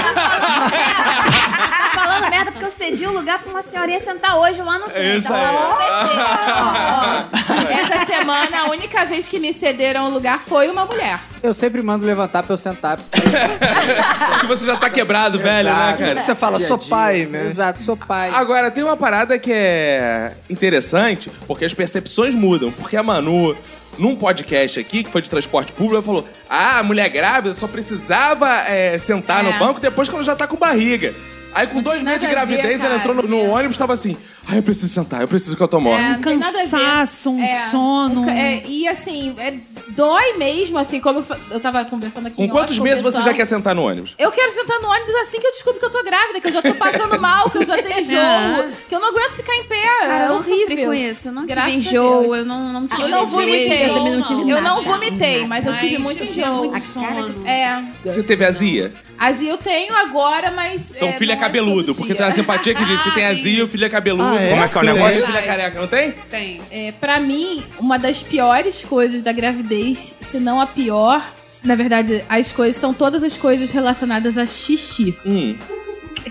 Tá falando merda porque eu cedi o lugar pra uma senhorinha sentar hoje lá no trem. isso Tá aí. falando besteira. Ó, ó. [LAUGHS] Essa semana, a única vez que me cederam o lugar foi uma mulher. Eu sempre mando levantar pra eu sentar. Porque você já tá quebrado, velho, né, cara? Você fala, sou pai, né? Exato, sou pai. Agora, tem uma parada que é interessante, porque as percepções mudam. Porque a Manu, num podcast aqui, que foi de transporte público, ela falou: Ah, a mulher grávida só precisava é, sentar É. no banco depois que ela já tá com barriga. Aí, com dois tem meses de nada a ver, gravidez, ela cara. entrou no, no ônibus e tava assim: Ah, eu preciso sentar, eu preciso que eu tomo É, ônibus. Um não tem nada a ver. cansaço, um É, sono. um ca- é, e assim, é, dói mesmo, assim, como eu, fa- eu tava conversando aqui. Com em quantos off, meses você conversando. já quer sentar no ônibus? Eu quero sentar no ônibus assim que eu descubro que eu tô grávida, que eu já tô passando mal, que eu já [LAUGHS] tenho enjoo, que eu não aguento ficar em pé. Cara, eu é não sofri horrível. com isso. Eu não Graças a tive enjoo, Deus. Ah, eu não, não tive Eu não vomitei. enjoo. Eu, tive não vomitei, mas eu tive muito enjoo. sono. É. Você teve azia? Azia eu tenho agora, mas. Então, é, filho é não todo cabeludo, dia. Ah, porque tem a simpatia que diz: se [LAUGHS] tem azia, o filho é cabeludo. Ah, é? Como é que é o Sim. negócio? Filho é careca, não tem? Tem. É, pra mim, uma das piores coisas da gravidez, se não a pior, na verdade, as coisas são todas as coisas relacionadas a xixi. Hum.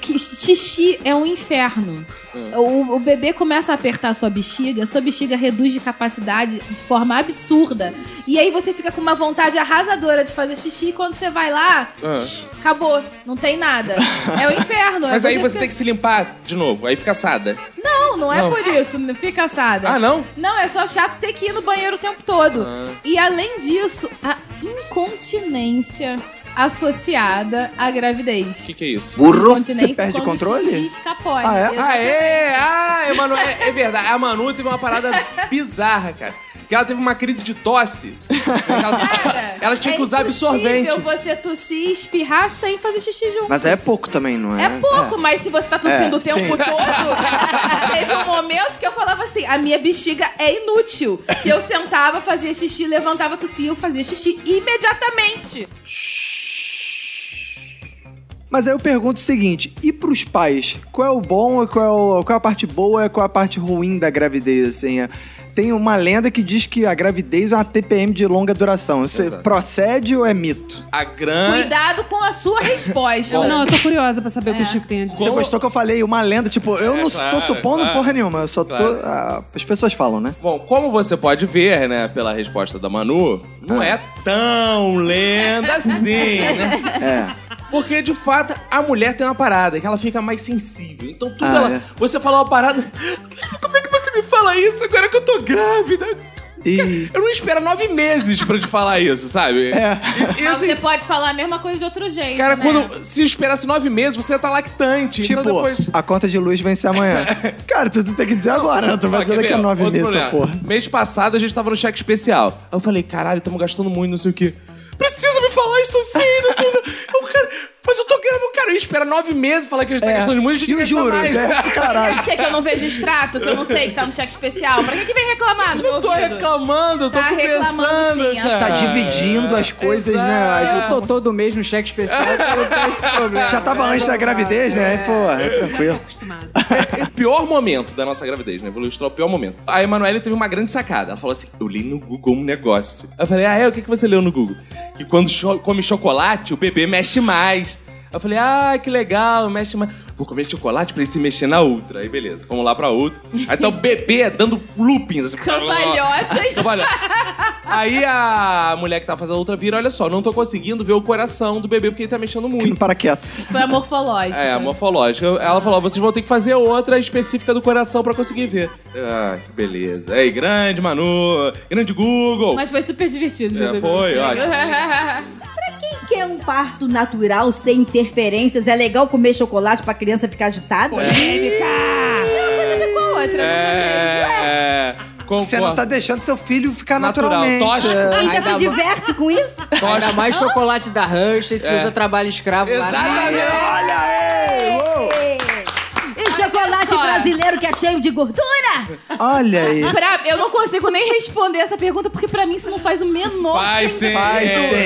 Que xixi é um inferno. É. O, o bebê começa a apertar a sua bexiga, sua bexiga reduz de capacidade de forma absurda. E aí você fica com uma vontade arrasadora de fazer xixi e quando você vai lá, Ah. acabou, não tem nada. É o inferno. Mas aí você fica- tem que se limpar de novo, aí fica assada. Não, não é Não. por isso, fica assada. Ah, não? Ah. Não, é só chato ter que ir no banheiro o tempo todo. E além disso, a incontinência associada à gravidez. O que, que é isso? Burro. Incontinência Você perde quando controle? O xixi escapole. Ah, é? Ah, Exatamente. é? Ah, é, Manu, é, é verdade. A Manu teve uma parada bizarra, cara. Que ela teve uma crise de tosse. Ela, Cara, [LAUGHS] ela tinha que é usar absorvente. impossível você tossir e espirrar sem fazer xixi junto. Mas é pouco também, não é? É pouco, mas se você tá tossindo É, o tempo sim. todo, [LAUGHS] teve um momento que eu falava assim: a minha bexiga é inútil. Que eu sentava, fazia xixi, levantava, tossia, eu fazia xixi imediatamente. Mas aí eu pergunto o seguinte: e pros pais? Qual é o bom, e qual, é o- qual é a parte boa e qual é a parte ruim da gravidez, assim? é? Tem uma lenda que diz que a gravidez é uma TPM de longa duração. Isso procede ou é mito? A grande. Cuidado com a sua resposta. Não, eu tô curiosa pra saber o que o Chico tem a dizer. Você gostou que eu falei uma lenda? Tipo, eu É, não claro, tô supondo claro, porra nenhuma, eu só claro. tô. ah, as pessoas falam, né? Bom, como você pode ver, né, pela resposta da Manu, Ah. não é tão lenda assim, né? É. Porque, de fato, a mulher tem uma parada, que ela fica mais sensível. Então, tudo Ah, ela... é. Você fala uma parada... Como é que você me fala isso agora que eu tô grávida? E. [LAUGHS] Eu não espero nove meses pra te falar isso, sabe? É. E- e Mas assim, você pode falar a mesma coisa de outro jeito. Cara, né? quando se esperasse nove meses, você ia estar lactante. Tipo, então depois. a conta de luz [LAUGHS] vence amanhã. Cara, tu tem que dizer agora, né? Tu Ó, vai quer dizer daqui a ver? nove Outro meses, essa problema. porra. Mês passado a gente tava no cheque especial. Aí eu falei, caralho, estamos gastando muito, não sei o quê. Precisa me falar isso assim, não sei o quê. [LAUGHS] Eu, cara, mas eu tô querendo, cara, eu ia esperar nove meses falar que a gente tá É. gastando muito, a gente E os gasta mais. juros, [LAUGHS] é, caralho. Por que, que eu não vejo extrato, que eu não sei que tá no cheque especial? Pra que, que vem reclamar do meu Eu tô ouvido? reclamando, eu tô Tá reclamando, conversando. sim, cara. Tá dividindo as coisas, né? As Eu tô todo mês no cheque especial, então não tem esse problema. Já tava antes da gravidez, né? Pô, é Já tranquilo. tô acostumada. É o pior momento da nossa gravidez, né? Vou ilustrar o pior momento. A Emanuele teve uma grande sacada. Ela falou assim: Eu li no Google um negócio. Eu falei: Ah, é? O que que você leu no Google? Que quando cho- come chocolate, o bebê mexe mais. Eu falei: Ah, que legal, mexe mais. Vou comer chocolate pra ele se mexer na outra. Aí beleza, vamos lá pra outra. Aí tá o bebê dando loopings. Assim, Cambalhotas. Olha, aí a mulher que tá fazendo a outra vira, olha só, não tô conseguindo ver o coração do bebê porque ele tá mexendo muito. Não para quieto. Isso foi a morfológica. É, a morfológica. Ela falou: vocês vão ter que fazer outra específica do coração pra conseguir ver. Ah, que beleza. Ei, grande Manu, grande Google. Mas foi super divertido. né? É, meu Deus. foi, [LAUGHS] ótimo. Quem quer um parto natural sem interferências? É legal comer chocolate pra criança ficar agitada? Uma coisa a ver com a outra, eu não sei. é, concordo. Você não tá deixando seu filho ficar Natural, naturalmente. tóxico. É. Ainda tá Ainda se diverte [LAUGHS] com isso? Ainda mais chocolate da Hershey's, que É. usa trabalho escravo lá. Exatamente. Olha E chocolate só. brasileiro que é cheio de gordura? Olha aí. Pra- eu não consigo nem responder essa pergunta, porque pra mim isso não faz o menor Faz sim, sentido.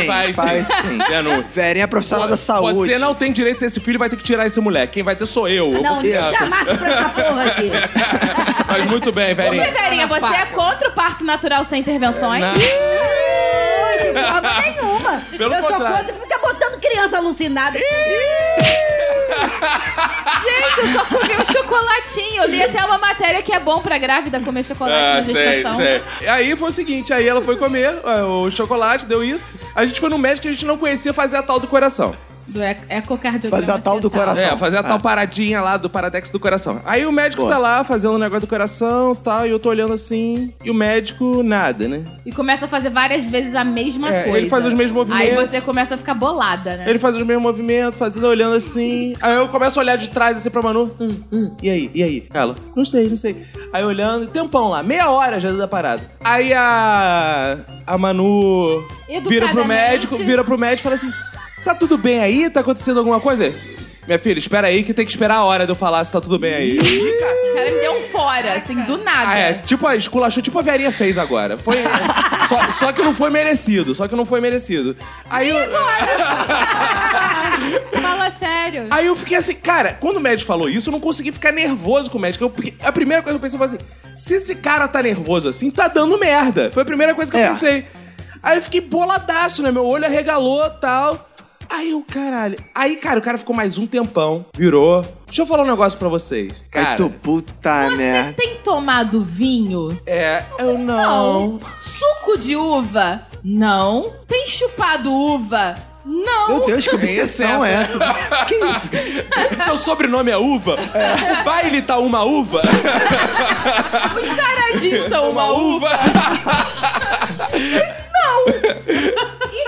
Faz sim, faz faz sim. sim. Manu. Verinha é profissional da saúde. Você não tem direito a ter esse filho, vai ter que tirar esse moleque. Quem vai ter sou eu. eu Não, confesso. deixa a massa pra essa porra [LAUGHS] aqui. Mas muito bem, Você, velhinho. Verinha, você é contra o parto natural sem intervenções? De forma nenhuma. Pelo Eu sou contrário. contra ficar botando criança alucinada. Gente, eu só comi um chocolatinho. Eu li até uma matéria que é bom pra grávida comer chocolate na gestação. Ah, sei. Aí foi o seguinte, aí ela foi comer é, o chocolate, deu isso. A gente foi no médico que a gente não conhecia fazer a tal do coração. Do ec- ecocardiograma. Fazer a tal do fetal. coração. Ah. É, fazer a tal paradinha lá do paradex do coração. Aí o médico Boa. tá lá fazendo o negócio do coração e tal, e eu tô olhando assim, e o médico nada, né? E começa a fazer várias vezes a mesma É, coisa. ele faz os mesmos Aí movimentos. você começa a ficar bolada, né? Ele faz os mesmos movimentos, fazendo, olhando assim. Aí eu começo a olhar de trás assim pra Manu. Hum, hum, e aí? E aí? Ela, não sei, não sei. Aí olhando, tempão lá, meia hora já da parada. Aí a. A Manu vira pro Educadamente. médico, vira pro médico e fala assim: tá tudo bem aí? Tá acontecendo alguma coisa? Ele, Minha filha, espera aí que tem que esperar a hora de eu falar se tá tudo bem aí. Eu, "Ih, cara." O cara me deu um fora, assim, do nada. Ah, é, tipo a esculachou, tipo a Verinha fez agora. [LAUGHS] Foi. só, só que não foi merecido, só que não foi merecido. Aí eu, Fala sério. aí eu fiquei assim, cara, quando o médico falou isso, eu não consegui ficar nervoso com o médico. Eu- porque a primeira coisa que eu pensei foi assim: se esse cara tá nervoso assim, tá dando merda. Foi a primeira coisa que eu É. pensei. Aí eu fiquei boladaço, né? Meu olho arregalou tal. Aí eu, caralho. Aí, cara, o cara ficou mais um tempão, virou. Deixa eu falar um negócio pra vocês. Cara, Ai, tu puta né? Você é merda. tem tomado vinho? é, eu não. Suco de uva? Não. Tem chupado uva? Não. Meu Deus, que Tem obsessão é excesso. essa? que [LAUGHS] isso? Seu sobrenome é uva? O baile tá uma uva? Os [LAUGHS] saradinhos são uma uva. uva? E,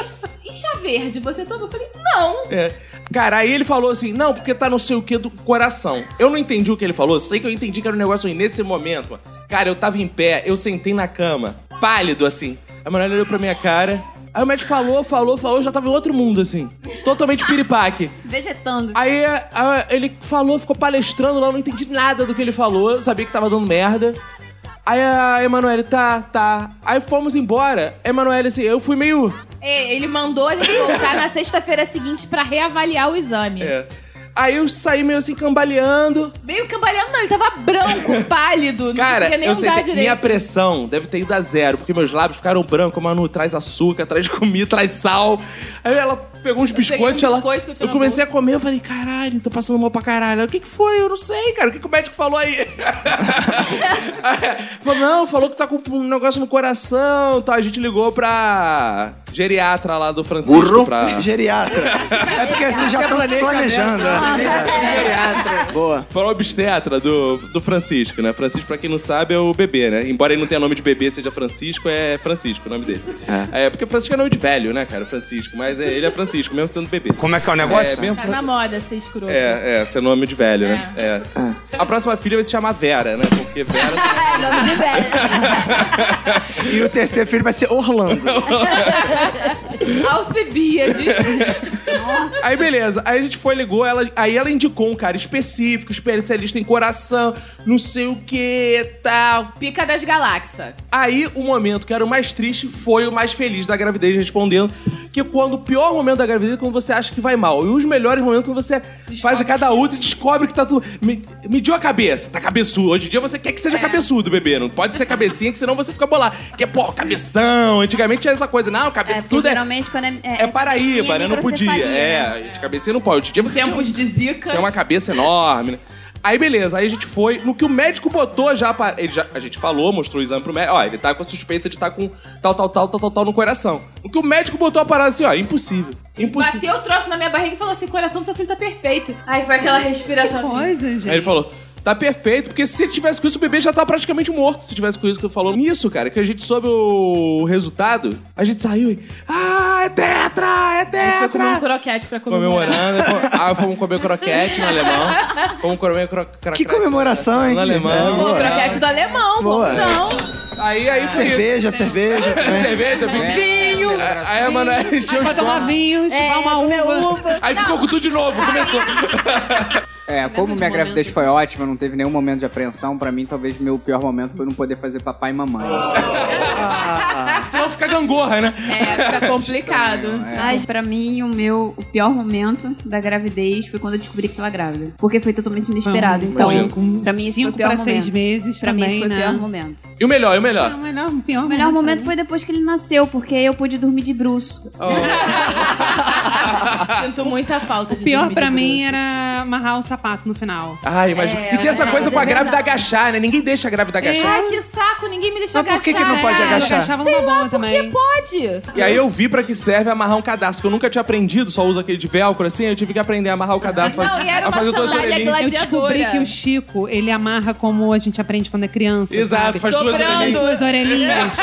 e chaveiro verde, você tomou? Eu falei, não. É. Cara, aí ele falou assim, não, porque tá não sei o que do coração. Eu não entendi o que ele falou, sei que eu entendi que era um negócio ruim. Nesse momento, mano, cara, eu tava em pé, eu sentei na cama, pálido assim. A mulher olhou pra minha cara, aí o médico falou, falou, falou, eu já tava em outro mundo, assim. Totalmente piripaque. Vegetando. Aí é, a- ele falou, ficou palestrando lá, eu não entendi nada do que ele falou, eu sabia que tava dando merda. Aí a Emanuele, tá, tá. Aí fomos embora. A Emanuele, assim, eu fui meio. É, Ele mandou a gente voltar na sexta-feira seguinte pra reavaliar o exame. É. Aí eu saí meio assim cambaleando. Meio cambalhando, não, ele tava [LAUGHS] branco, pálido, não Cara, conseguia nem eu sei andar que direito. minha pressão deve ter ido a zero, porque meus lábios ficaram brancos, mano, traz açúcar, traz [LAUGHS] comida, traz sal. Aí ela pegou uns peguei um biscoitos, ela. biscoito que eu tinha eu na comecei a comer, eu falei, caralho, tô passando mal pra caralho. Ela, O que, que foi? Eu não sei, cara. O que, que o médico falou aí? [LAUGHS] falou, não, falou que tá com um negócio no coração. Tá, a gente ligou pra geriatra lá do Francisco. Burro. Pra... Geriatra. É porque vocês já estão se planejando. Geriatra. Boa. Para o obstetra do, do Francisco, né? Francisco, pra quem não sabe, é o bebê, né? Embora ele não tenha nome de bebê, seja Francisco, é Francisco o nome dele. É, porque Francisco é nome de velho, né, cara? Francisco. Mas é- ele é Francisco, mesmo sendo bebê. Como é que é o negócio? É, mesmo, Tá na moda ser escroto. é, é ser nome de velho, né? É. A próxima filha vai se chamar Vera, né? Porque Vera... É nome de velho. E [LAUGHS] o terceiro filho vai ser Orlando. Alcebiades. Nossa. Aí beleza, aí a gente foi, ligou, ela, aí ela indicou um cara específico, especialista em coração, não sei o que, tal. [LAUGHS] Pica das galáxias. Aí o momento que era o mais triste foi o mais feliz da gravidez, respondendo que quando o pior momento da gravidez é quando você acha que vai mal. E os melhores momentos é quando você faz a cada outra e descobre que tá tudo. Me, mediu a cabeça, tá cabeçudo. Hoje em dia você quer que É. seja cabeçudo, bebê. Não pode ser cabecinha, que senão você fica bolado. Que é, pô, cabeção. Antigamente tinha essa coisa, não, É, porque cabeçudo é. geralmente quando é. É Paraíba, né? Não podia. microcefalia, né? É, de cabecinha não pode. Hoje em dia você Tempos de zica. tem uma cabeça enorme, né? Aí beleza, aí a gente foi. No que o médico botou já para. Ele já, a gente falou, mostrou o exame pro médico. Ó, ele tá com a suspeita de estar com tal, tal, tal, tal, tal, tal no coração. No que o médico botou a parada assim, ó, impossível. Impossível. Bateu o troço na minha barriga e falou assim: o coração do seu filho tá perfeito. Aí foi aquela respiração assim. Coisa, gente. Aí ele falou. Tá perfeito, porque se ele tivesse com isso, o bebê já tá praticamente morto. Se tivesse com isso que eu falou. Nisso, cara, que a gente soube o resultado, a gente saiu e. Ah, é tetra! É Aí foi comer um tetra! croquete pra comemorar. Comemorando. fomos- Ah, fomos comer croquete no alemão. Fomos comer cro croquete. Que comemoração, hein? No alemão. Pô, croquete do alemão, Boa. bonzão. Aí, Ah. aí, foi isso. Cerveja, cerveja. né? cerveja, É. vinho. Aí a Manoela encheu os Pra tomar um. copos. vinho, É, chupar É, uma um uva. Aí ficou com tudo de novo, começou. É, como minha gravidez foi ótima, não teve nenhum momento de apreensão, pra mim talvez meu pior momento foi não poder fazer papai e mamãe. Ah. Senão fica gangorra, né? [LAUGHS] É, fica complicado. né? Mas pra mim, o meu o pior momento da gravidez foi quando eu descobri que tava grávida. Porque foi totalmente inesperado. então, imagino. Com pra mim, esse foi o cinco pior pra momento. seis meses pra mim, esse também, foi o pior né? momento. E o melhor, e o melhor. [LAUGHS] Não, melhor, o pior O melhor momento foi depois que ele nasceu, porque eu pude dormir de bruxo. É, [LAUGHS] Sinto muita falta de O pior dormir pra de mim bruxo. era amarrar o sapato no final. Ai, imagina. É, e tem essa é, coisa mas com a é grávida verdade. É. agachar, né? Ninguém deixa a grávida agachar. Ai, que saco, ninguém me deixa é Mas por que agachar. que não pode É, agachar? Eu agachava Sei uma lá, boa porque também. pode. E aí eu vi pra que serve amarrar um cadastro, que eu nunca tinha aprendido, só uso aquele de velcro assim, eu tive que aprender a amarrar o cadastro. Não, e era a uma fazer duas sandália orelhinhas. é Eu gladiadora. descobri que o Chico, ele amarra como a gente aprende quando é criança. Exato, sabe? faz duas Dobrando. orelhinhas. [LAUGHS] duas orelhinhas.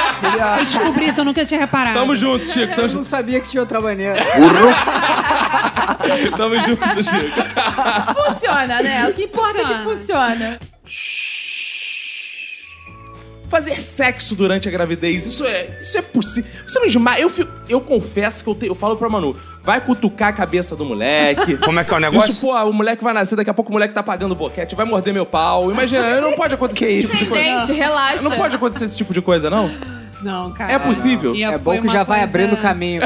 Eu descobri isso, eu nunca tinha reparado. Tamo junto, Chico. Tamo, Eu não sabia que tinha outra maneira. junto, tamo junto, Chico. [LAUGHS] Funciona, né? O que importa é que funciona. Fazer sexo durante a gravidez, isso é, isso é possível. Você não esmaga. Eu, fico- eu confesso que eu, te- eu falo pra Manu, vai cutucar a cabeça do moleque. [LAUGHS] Como é que é o negócio? Isso, pô, o moleque vai nascer, daqui a pouco o moleque tá pagando boquete, vai morder meu pau. Imagina, não pode acontecer esse tipo de coisa. Gente, relaxa. Não pode acontecer esse tipo de coisa, não? Não, cara. É possível. E É foi bom que uma já vai coisa- abrindo o caminho.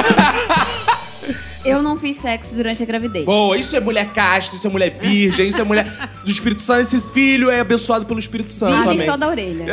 Eu não fiz sexo durante a gravidez. Boa, isso é mulher casta, isso é mulher virgem, isso é mulher do Espírito Santo. Esse filho é abençoado pelo Espírito Santo Virgem também. só tá da orelha.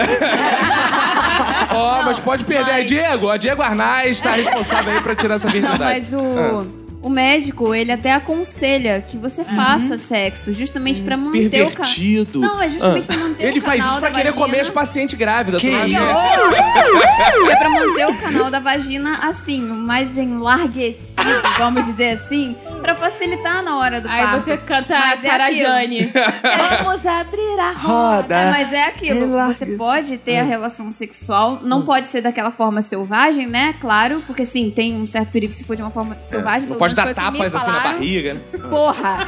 Ó, mas pode perder. mas- É Diego, a Diego Arnaz tá responsável aí pra tirar essa Não, virgindade. mas o, Ah. o médico, ele até aconselha que você Uhum. faça sexo, justamente pra manter o cara. Pervertido. Ah. Não, é justamente pra manter o Ele faz canal isso pra da querer vagina. comer as pacientes grávidas. Que É pra manter o canal da vagina assim, mais enlarguecido, vamos dizer assim, pra facilitar na hora do Aí parto. você canta Mas é Tá, Sarah aquilo. Jane. É. Vamos abrir a roda. É, mas é aquilo. Relaxa. Você pode ter a Hum. relação sexual, não pode ser daquela forma selvagem, né? Claro, porque sim, tem um certo perigo se for de uma forma selvagem. É, Não pelo pode menos foi dar o que me tapas assim na falaram. barriga, né? Porra!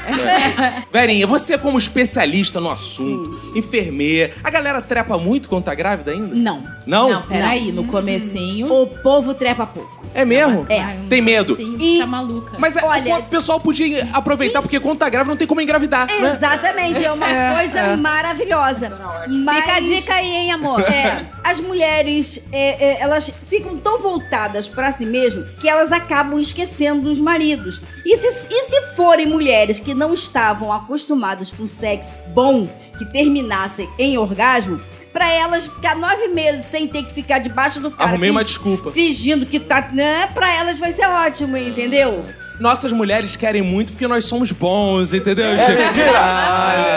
Verinha, você como especialista no assunto, enfermeira, a galera trepa muito quando tá grávida ainda? Não. Não? Não, peraí, Hum. no comecinho. O povo trepa pouco. É mesmo? É. Tem medo? E... Tá maluca. Mas é- o pessoal podia aproveitar, porque quando tá grávida não tem como engravidar, É. né? Exatamente, é uma É, coisa é. maravilhosa. Mas... Fica a dica aí, hein, [LAUGHS] amor? É, as mulheres, é, é, elas ficam tão voltadas pra si mesmas que elas acabam esquecendo os maridos. E se, e se forem mulheres que não estavam acostumadas com sexo bom, que terminassem em orgasmo, pra elas ficar nove meses sem ter que ficar debaixo do cara Arrumei uma fingi- desculpa. fingindo que tá... Né, pra elas vai ser ótimo, entendeu? Nossas mulheres querem muito porque nós somos bons, entendeu? É mentira!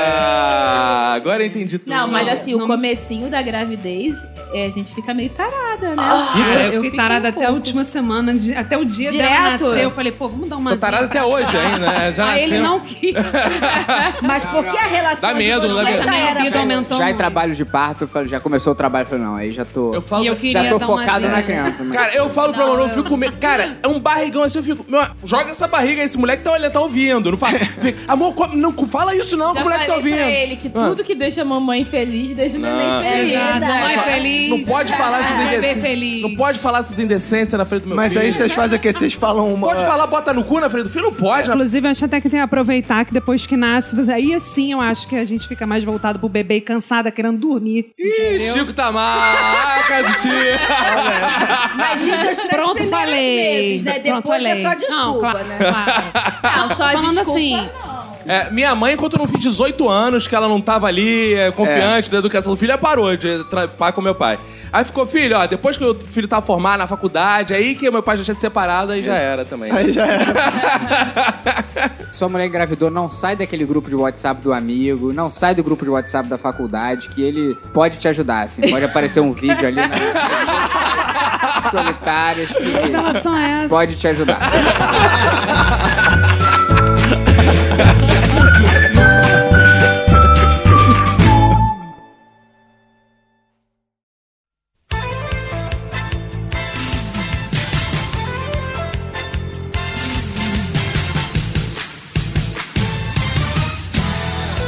Ah, agora eu entendi tudo. Não, mas assim, o comecinho da gravidez, é, a gente fica meio tarada, né? Ah, eu, fiquei um fiquei tarada até a última semana, de- até o dia dela Direto? nascer. Eu falei, pô, vamos dar uma Tô tarada zica. tá até hoje ainda, né? Já Aí ele nasceu. [LAUGHS] não quis. Mas porque a relação... Dá de medo, né, vocês dá medo. já era boa. Já em trabalho de parto, eu falo- já começou o trabalho, eu falei, não, aí já tô. Eu falo- E eu já queria tô dar uma focado zica. na criança. mas- Cara, eu falo pra Manu, eu fico com medo. Cara, é um barrigão assim, eu fico. Meu, joga essa barriga, esse moleque tá, olhando, tá ouvindo. Não [LAUGHS] fala. Fica, Amor, come- não fala isso não, que Já o moleque tá falei ouvindo. pra ele que tudo que deixa a mamãe feliz, deixa o Não. neném feliz. né? Exato, mamãe Só- é é feliz. é Não pode falar essas Bebê indecências. Não pode falar essas indecências na frente do meu Mas filho. aí vocês fazem o quê? Vocês falam uma... ah. Pode falar, bota no cu na frente do filho? Não pode, né? Inclusive, eu acho até que tem que aproveitar que depois que nasce, você- aí assim eu acho que a gente fica mais voltado pro bebê e cansada, querendo dormir. Ih, Chico tá mal. Ah, cara do tio. Mas isso é os três Pronto, primeiros falei. meses, né? Pronto, Depois falei. é só Não, desculpa, claro, né? Não, só Falando desculpa, assim, É, minha mãe, enquanto eu não fiz 18 anos, que ela não tava ali é, confiante da educação do filho, ela parou de trampar com meu pai. Aí ficou, filho, ó, depois que o filho tava formado na faculdade, aí que meu pai já tinha se separado, aí já era também. Aí é já era. Sua mulher engravidou, não sai daquele grupo de WhatsApp do amigo, não sai do grupo de WhatsApp da faculdade, que ele pode te ajudar, assim. Pode aparecer um vídeo ali na... [LAUGHS] solitárias Que relação é que essa? pode te ajudar.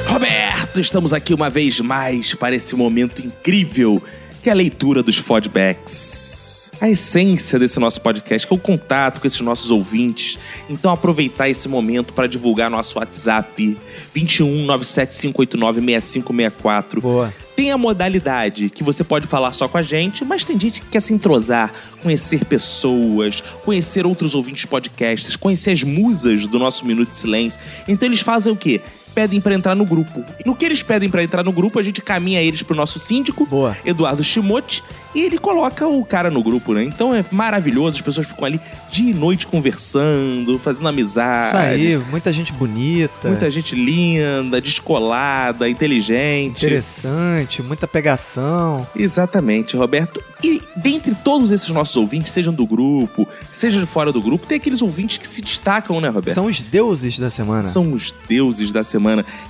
Roberto, estamos aqui uma vez mais para esse momento incrível que é a leitura dos feedbacks. A essência desse nosso podcast, que é o contato com esses nossos ouvintes. Então, aproveitar esse momento para divulgar nosso WhatsApp: 21 97589 6564. Boa. Tem a modalidade que você pode falar só com a gente, mas tem gente que quer se entrosar, conhecer pessoas, conhecer outros ouvintes podcasts, conhecer as musas do nosso Minuto de Silêncio. Então eles fazem o quê? Pedem pra entrar no grupo. No que eles pedem pra entrar no grupo, a gente caminha eles pro nosso síndico, Eduardo Shimote, e ele coloca o cara no grupo, né? Então é maravilhoso, as pessoas ficam ali dia e noite conversando, fazendo amizade. Isso aí, muita gente bonita. Muita gente linda, descolada, inteligente. Interessante, muita pegação. Exatamente, Roberto. E dentre todos esses nossos ouvintes, sejam do grupo, seja de fora do grupo, tem aqueles ouvintes que se destacam, né, Roberto? São os deuses da semana. São os deuses da semana.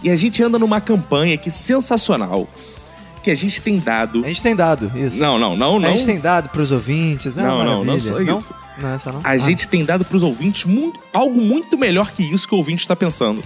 E a gente anda numa campanha que sensacional. Que a gente tem dado. A gente tem dado, isso. Não, não, não, não. A gente tem dado pros ouvintes. é uma Não, não, não maravilha. só Não? isso. Não, essa não. Ah. A gente tem dado pros ouvintes muito- algo muito melhor que isso que o ouvinte está pensando.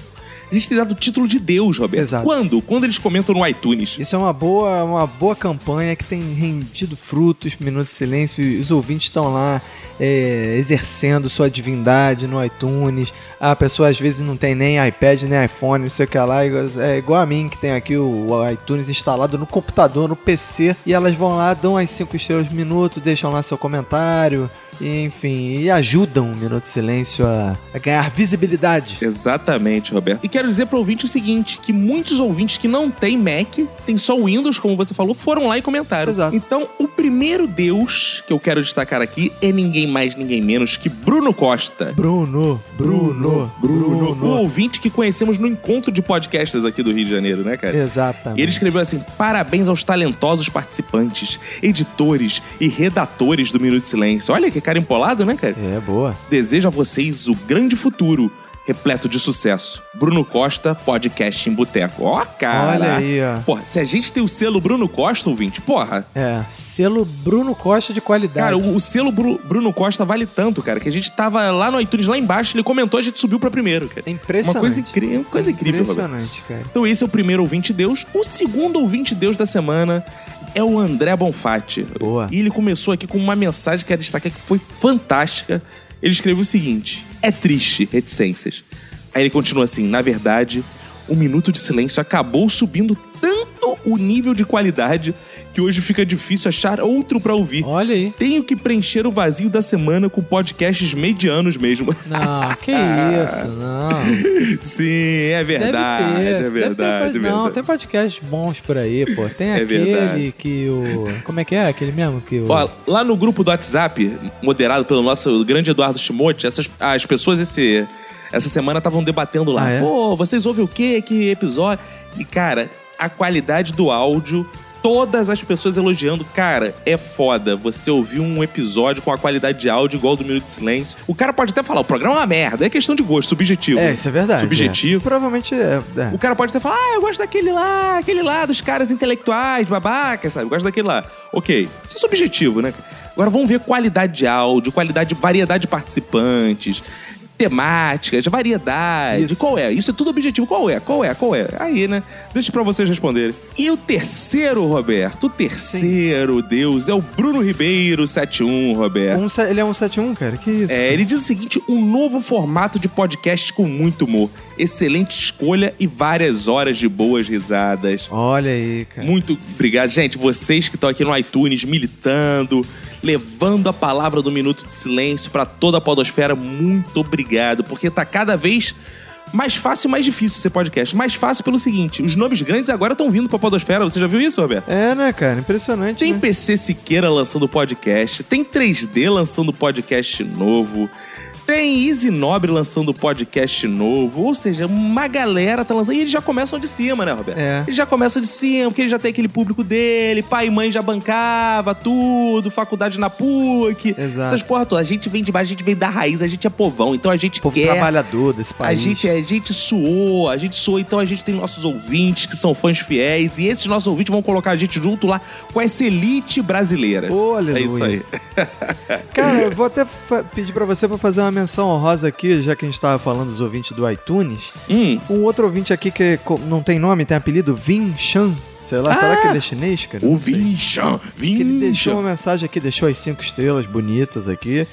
A gente tem dado o título de Deus, Roberto. Exato. Quando? Quando eles comentam no iTunes. Isso é uma boa, uma boa campanha que tem rendido frutos, Minuto de Silêncio, e os ouvintes estão lá é, exercendo sua divindade no iTunes. A pessoa às vezes não tem nem iPad, nem iPhone, não sei o que lá. É igual a mim que tem aqui o iTunes instalado no computador, no PC, e elas vão lá, dão as 5 estrelas no minuto, deixam lá seu comentário, e, enfim, e ajudam o Minuto de Silêncio a, a ganhar visibilidade. Exatamente, Roberto. E quero dizer pro ouvinte o seguinte, que muitos ouvintes que não têm Mac, tem só Windows, como você falou, foram lá e comentaram. Exato. Então, o primeiro Deus que eu quero destacar aqui é ninguém mais, ninguém menos que Bruno Costa. Bruno, Bruno, Bruno. O ouvinte que conhecemos no encontro de podcasters aqui do Rio de Janeiro, né, cara? Exatamente. E ele escreveu assim: parabéns aos talentosos participantes, editores e redatores do Minuto de Silêncio. Olha que cara empolado, né, cara? É, boa. Desejo a vocês o grande futuro. repleto de sucesso. Bruno Costa, podcast em boteco. Ó, cara. Olha aí, ó. Porra, se a gente tem o selo Bruno Costa, ouvinte, porra. É, selo Bruno Costa de qualidade. Cara, o, o selo Bru- Bruno Costa vale tanto, cara, que a gente tava lá no iTunes, lá embaixo, ele comentou, a gente subiu pra primeiro, cara. É Impressionante. Uma coisa, incri- uma coisa incrível, Roberto. Impressionante, cara. Então esse é o primeiro ouvinte Deus. O segundo ouvinte Deus da semana é o André Bonfatti. Boa. E ele começou aqui com uma mensagem que eu quero destacar que foi fantástica. Ele escreveu o seguinte: É triste, reticências. Aí ele continua assim: Na verdade, o minuto de silêncio acabou subindo tanto o nível de qualidade que hoje fica difícil achar outro pra ouvir. Olha aí. Tenho que preencher o vazio da semana com podcasts medianos mesmo. [LAUGHS] Não, que isso, não. Sim, é Ah, verdade, Deve ter, é deve ter verdade, pod- é Não, verdade. tem podcasts bons por aí, pô. Tem É aquele verdade. que o... Como é que é? Aquele mesmo que o... Ó, lá no grupo do WhatsApp, moderado pelo nosso grande Eduardo Timote, essas as pessoas esse, essa semana estavam debatendo lá. Ah, é? Pô, vocês ouvem o quê? Que episódio? E, cara, a qualidade do áudio, todas as pessoas elogiando. Cara, é foda você ouvir um episódio com a qualidade de áudio igual ao do Minuto de Silêncio. O cara pode até falar, o programa é uma merda, é questão de gosto, subjetivo. É, isso é verdade. Subjetivo. é. Provavelmente é. é. O cara pode até falar, ah, eu gosto daquele lá, aquele lá, dos caras intelectuais, babaca, sabe? Eu gosto daquele lá. Ok, isso é subjetivo, né? Agora vamos ver qualidade de áudio, qualidade, variedade de participantes, temáticas, variedade. Qual é? Isso é tudo objetivo. Qual é? Qual é? Qual é? Aí, né? Deixa pra vocês responderem. E o terceiro, Roberto? O terceiro, Deus, é o Bruno Ribeiro 71, Roberto. Um, se- ele é 171, cara? Que isso? É, ele diz o seguinte: um novo formato de podcast com muito humor. Excelente escolha e várias horas de boas risadas. Olha aí, cara. Muito obrigado, gente. Vocês que estão aqui no iTunes militando, levando a palavra do Minuto de Silêncio para toda a Podosfera, muito obrigado, porque tá cada vez. Mais fácil e mais difícil ser podcast. Mais fácil pelo seguinte: os nomes grandes agora estão vindo pra Podosfera. Você já viu isso, Roberto? É, né, cara? Impressionante. né? Tem PC Siqueira lançando podcast, tem 3D lançando podcast novo, tem Easy Nobre lançando podcast novo, ou seja, uma galera tá lançando. E eles já começam de cima, né, Roberto? É. Eles já começam de cima, porque ele já tem aquele público dele, pai e mãe já bancava tudo, faculdade na PUC. Exato. Essas porra toda. A gente vem de baixo, a gente vem da raiz, a gente é povão, então a gente Povo quer. trabalhador desse A país. gente, é, a gente suou, a gente suou, então a gente tem nossos ouvintes que são fãs fiéis, e esses nossos ouvintes vão colocar a gente junto lá com essa elite brasileira. aleluia. É isso aí. [LAUGHS] Cara, eu vou até fa- pedir pra você pra fazer uma menção honrosa aqui, já que a gente tava falando dos ouvintes do iTunes. Hum, Um outro ouvinte aqui que co- não tem nome, tem apelido Vin Chan. Sei lá, será que ele é chinês, cara? Ah! O Não sei. Vin Chan, Vin Que ele deixou Chan. uma mensagem aqui, deixou as cinco estrelas bonitas aqui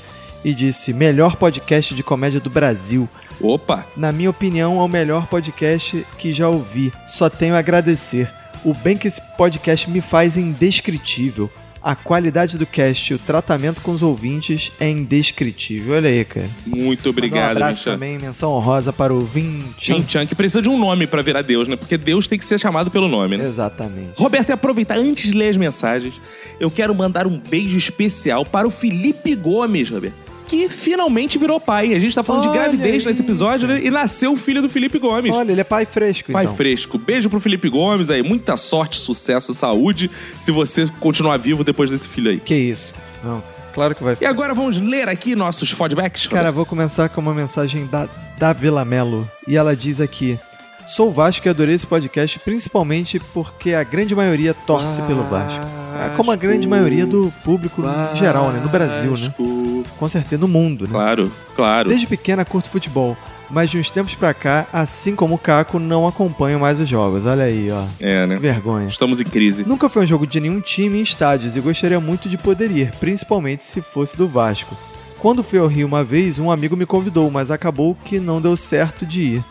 e disse: melhor podcast de comédia do Brasil. Opa! Na minha opinião, é o melhor podcast que já ouvi. Só tenho a agradecer. O bem que esse podcast me faz é indescritível. A qualidade do cast e o tratamento com os ouvintes é indescritível. Olha aí, cara. Muito obrigado, um abraço Vin Chan. também, menção honrosa para o Vin Chan. Vin Chan, que precisa de um nome pra virar Deus, né? Porque Deus tem que ser chamado pelo nome, né? Exatamente. Roberto, e aproveitar, antes de ler as mensagens, eu quero mandar um beijo especial para o Felipe Gomes, Roberto. Que finalmente virou pai. A gente tá falando de Olha gravidez aí. nesse episódio, né? E nasceu o filho do Felipe Gomes. Olha, ele é pai fresco, Pai então. fresco. Beijo pro Felipe Gomes aí. Muita sorte, sucesso, saúde. Se você continuar vivo depois desse filho aí. Que isso. Não, claro que vai E agora vamos ler aqui nossos feedbacks. Cara, vou começar com uma mensagem da Davila Melo. E ela diz aqui: Sou Vasco e adorei esse podcast, principalmente porque a grande maioria torce pelo Vasco. É Como a grande maioria do público em geral, né? No Brasil, né? Com certeza, no mundo, né? Claro, claro. Desde pequena curto futebol, mas de uns tempos pra cá, assim como o Caco, não acompanho mais os jogos. Olha aí, ó. É, né? Vergonha. Estamos em crise. Nunca foi um jogo de nenhum time em estádios e gostaria muito de poder ir, principalmente se fosse do Vasco. Quando fui ao Rio uma vez, um amigo me convidou, mas acabou que não deu certo de ir.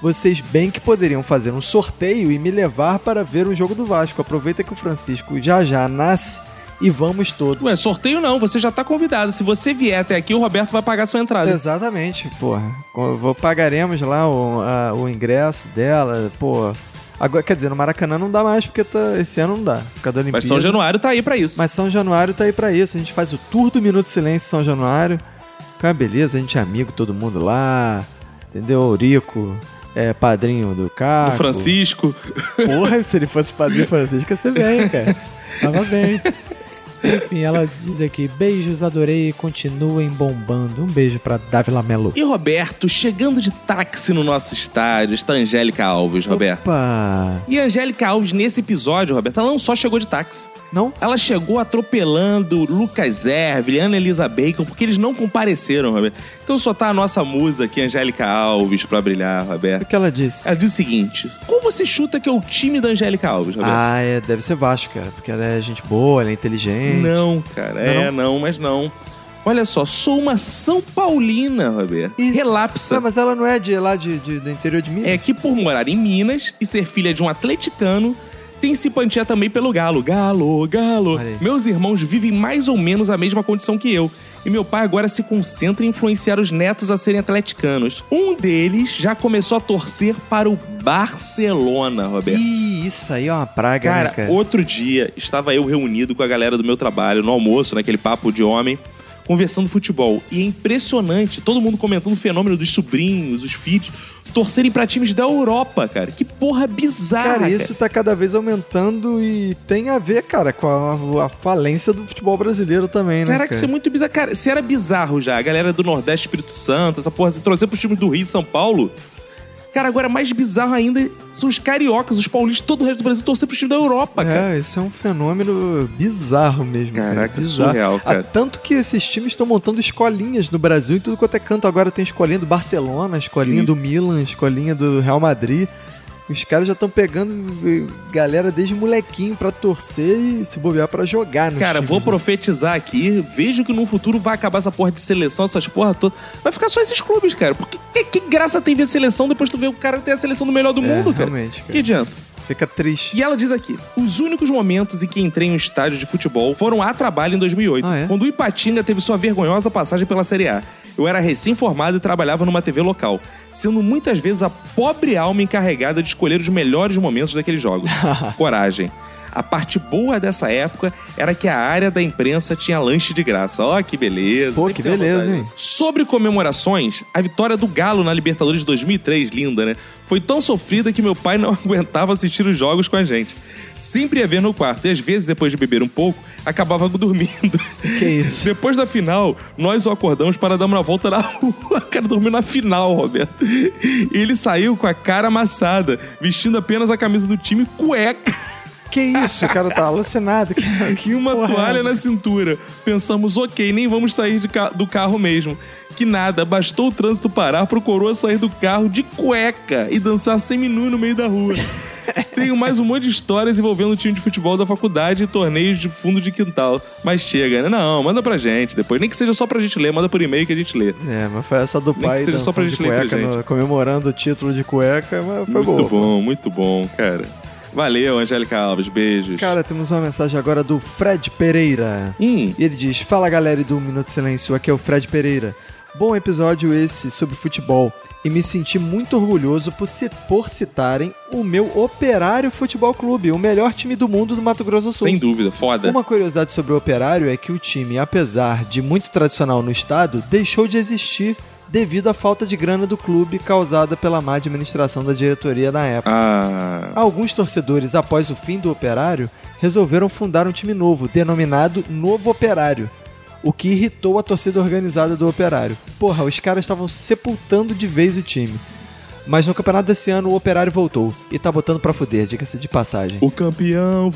Vocês bem que poderiam fazer um sorteio e me levar para ver um jogo do Vasco. Aproveita que o Francisco já já nasce e vamos todos. Ué, sorteio não, você já tá convidado. Se você vier até aqui, o Roberto vai pagar sua entrada. Exatamente, porra. Com- vou- Pagaremos lá o, a- o ingresso dela, pô. Agora, quer dizer, no Maracanã não dá mais, porque tá- esse ano não dá. Por causa da Mas Olimpíada. São Januário tá aí pra isso. Mas São Januário tá aí pra isso. A gente faz o tour do Minuto de Silêncio em São Januário. Que é uma beleza, a gente é amigo, todo mundo lá. Entendeu? O Rico é padrinho do Do carro. Francisco. Porra, se ele fosse padrinho do Francisco, ia ser bem, cara. Tava bem. Enfim, ela diz aqui: beijos, adorei e continuem bombando. Um beijo pra Davi Lamelo. E Roberto, chegando de táxi no nosso estádio, está a Angélica Alves, Roberto. Opa! E a Angélica Alves, nesse episódio, Roberto, ela não só chegou de táxi. Não? Ela chegou atropelando Lucas Erve, Ana Elisa Bacon, porque eles não compareceram, Roberto. Então só tá a nossa musa aqui, Angélica Alves, pra brilhar, Roberto. O que ela disse? Ela disse o seguinte: qual você chuta que é o time da Angélica Alves, Roberto? Ah, é, deve ser Vasco, cara, porque ela é gente boa, ela é inteligente. Ah, Não, cara. É, não, mas não. Olha só, sou uma São Paulina, Roberto. Relapsa. Não, mas ela não é de lá de, de- do interior de Minas? É que por morar em Minas e ser filha de um atleticano, tem simpatia também pelo galo. Galo, galo. Meus irmãos vivem mais ou menos a mesma condição que eu. E meu pai agora se concentra em influenciar os netos a serem atleticanos. Um deles já começou a torcer para o Barcelona, Roberto. Ih, isso aí é uma praga, Cara, né, cara? outro dia estava eu reunido com a galera do meu trabalho no almoço, naquele papo de homem, conversando futebol. E é impressionante, todo mundo comentando o fenômeno dos sobrinhos, os filhos, torcerem pra times da Europa, cara. Que porra bizarra. Cara, isso tá cada vez aumentando e tem a ver, cara, com a, a falência do futebol brasileiro também, né? Caraca, isso é muito bizarro. Cara, se era bizarro já, a galera do Nordeste, Espírito Santo, essa porra, se trouxer pros times do Rio e São Paulo. Cara, agora mais bizarro ainda são os cariocas, os paulistas, todo o resto do Brasil torcer pros times da Europa, cara. É, isso é um fenômeno bizarro mesmo. Caraca, cara, bizarro. surreal, cara. Ah, tanto que esses times estão montando escolinhas no Brasil e tudo quanto é canto agora tem escolinha do Barcelona, escolinha Sim. do Milan, escolinha do Real Madrid. Os caras já estão pegando eh, galera desde molequinho pra torcer e se bobear pra jogar nos Cara, times, vou né? profetizar aqui. Vejo que no futuro vai acabar essa porra de seleção, essas porra todas. Vai ficar só esses clubes, cara. Porque que, que graça tem ver seleção depois tu vê o cara que tem a seleção do melhor do É, mundo, cara? realmente, cara. Que adianta? Fica triste. E ela diz aqui: os únicos momentos em que entrei em um estádio de futebol foram a trabalho em 2008, Ah, é? quando o Ipatinga teve sua vergonhosa passagem pela Série A. Eu era recém-formado e trabalhava numa TV local, sendo muitas vezes a pobre alma encarregada de escolher os melhores momentos [LAUGHS] daqueles jogos. Coragem. A parte boa dessa época era que a área da imprensa tinha lanche de graça. Ó, que beleza. Pô, que beleza, hein? Sobre comemorações, a vitória do Galo na Libertadores de 2003, linda, né? Foi tão sofrida que meu pai não [LAUGHS] aguentava assistir os jogos com a gente. Sempre ia ver no quarto e às vezes, depois de beber um pouco, acabava [LAUGHS] dormindo. Que isso? Depois da final, nós o acordamos para dar uma volta na [LAUGHS] rua. O cara dormiu na final, Roberto. E ele saiu com a cara amassada, vestindo apenas a camisa do time e cueca. Que isso, o cara tá alucinado. Que, e uma porra [LAUGHS] é toalha essa? na cintura. Pensamos, ok, nem vamos sair de ca- do carro mesmo. Que nada, bastou o trânsito parar pro coroa sair do carro de cueca e dançar seminu no meio da rua. Tenho mais um monte de histórias envolvendo o time de futebol da faculdade e torneios de fundo de quintal. Mas chega, né? Não, manda pra gente depois. Nem que seja só pra gente ler, manda por e-mail que a gente lê. É, mas foi essa do Nem que pai seja só pra dançando de gente ler cueca, pra gente. no- comemorando o título de cueca, mas foi boa. muito bom, muito bom, cara. Valeu, Angélica Alves. Beijos. Cara, temos uma mensagem agora do Fred Pereira. Hum, E ele diz: Fala galera do Minuto de Silêncio, aqui é o Fred Pereira. Bom episódio esse sobre futebol. E me senti muito orgulhoso por, ci- por citarem o meu Operário Futebol Clube, o melhor time do mundo do Mato Grosso do Sul. Sem dúvida, foda. Uma curiosidade sobre o Operário é que o time, apesar de muito tradicional no estado, deixou de existir devido à falta de grana do clube causada pela má administração da diretoria na época. Ah. Alguns torcedores, após o fim do Operário, resolveram fundar um time novo, denominado Novo Operário. O que irritou a torcida organizada do Operário. Porra, os caras estavam sepultando de vez o time. Mas no campeonato desse ano o Operário voltou e tá botando pra fuder, diga-se de passagem. O campeão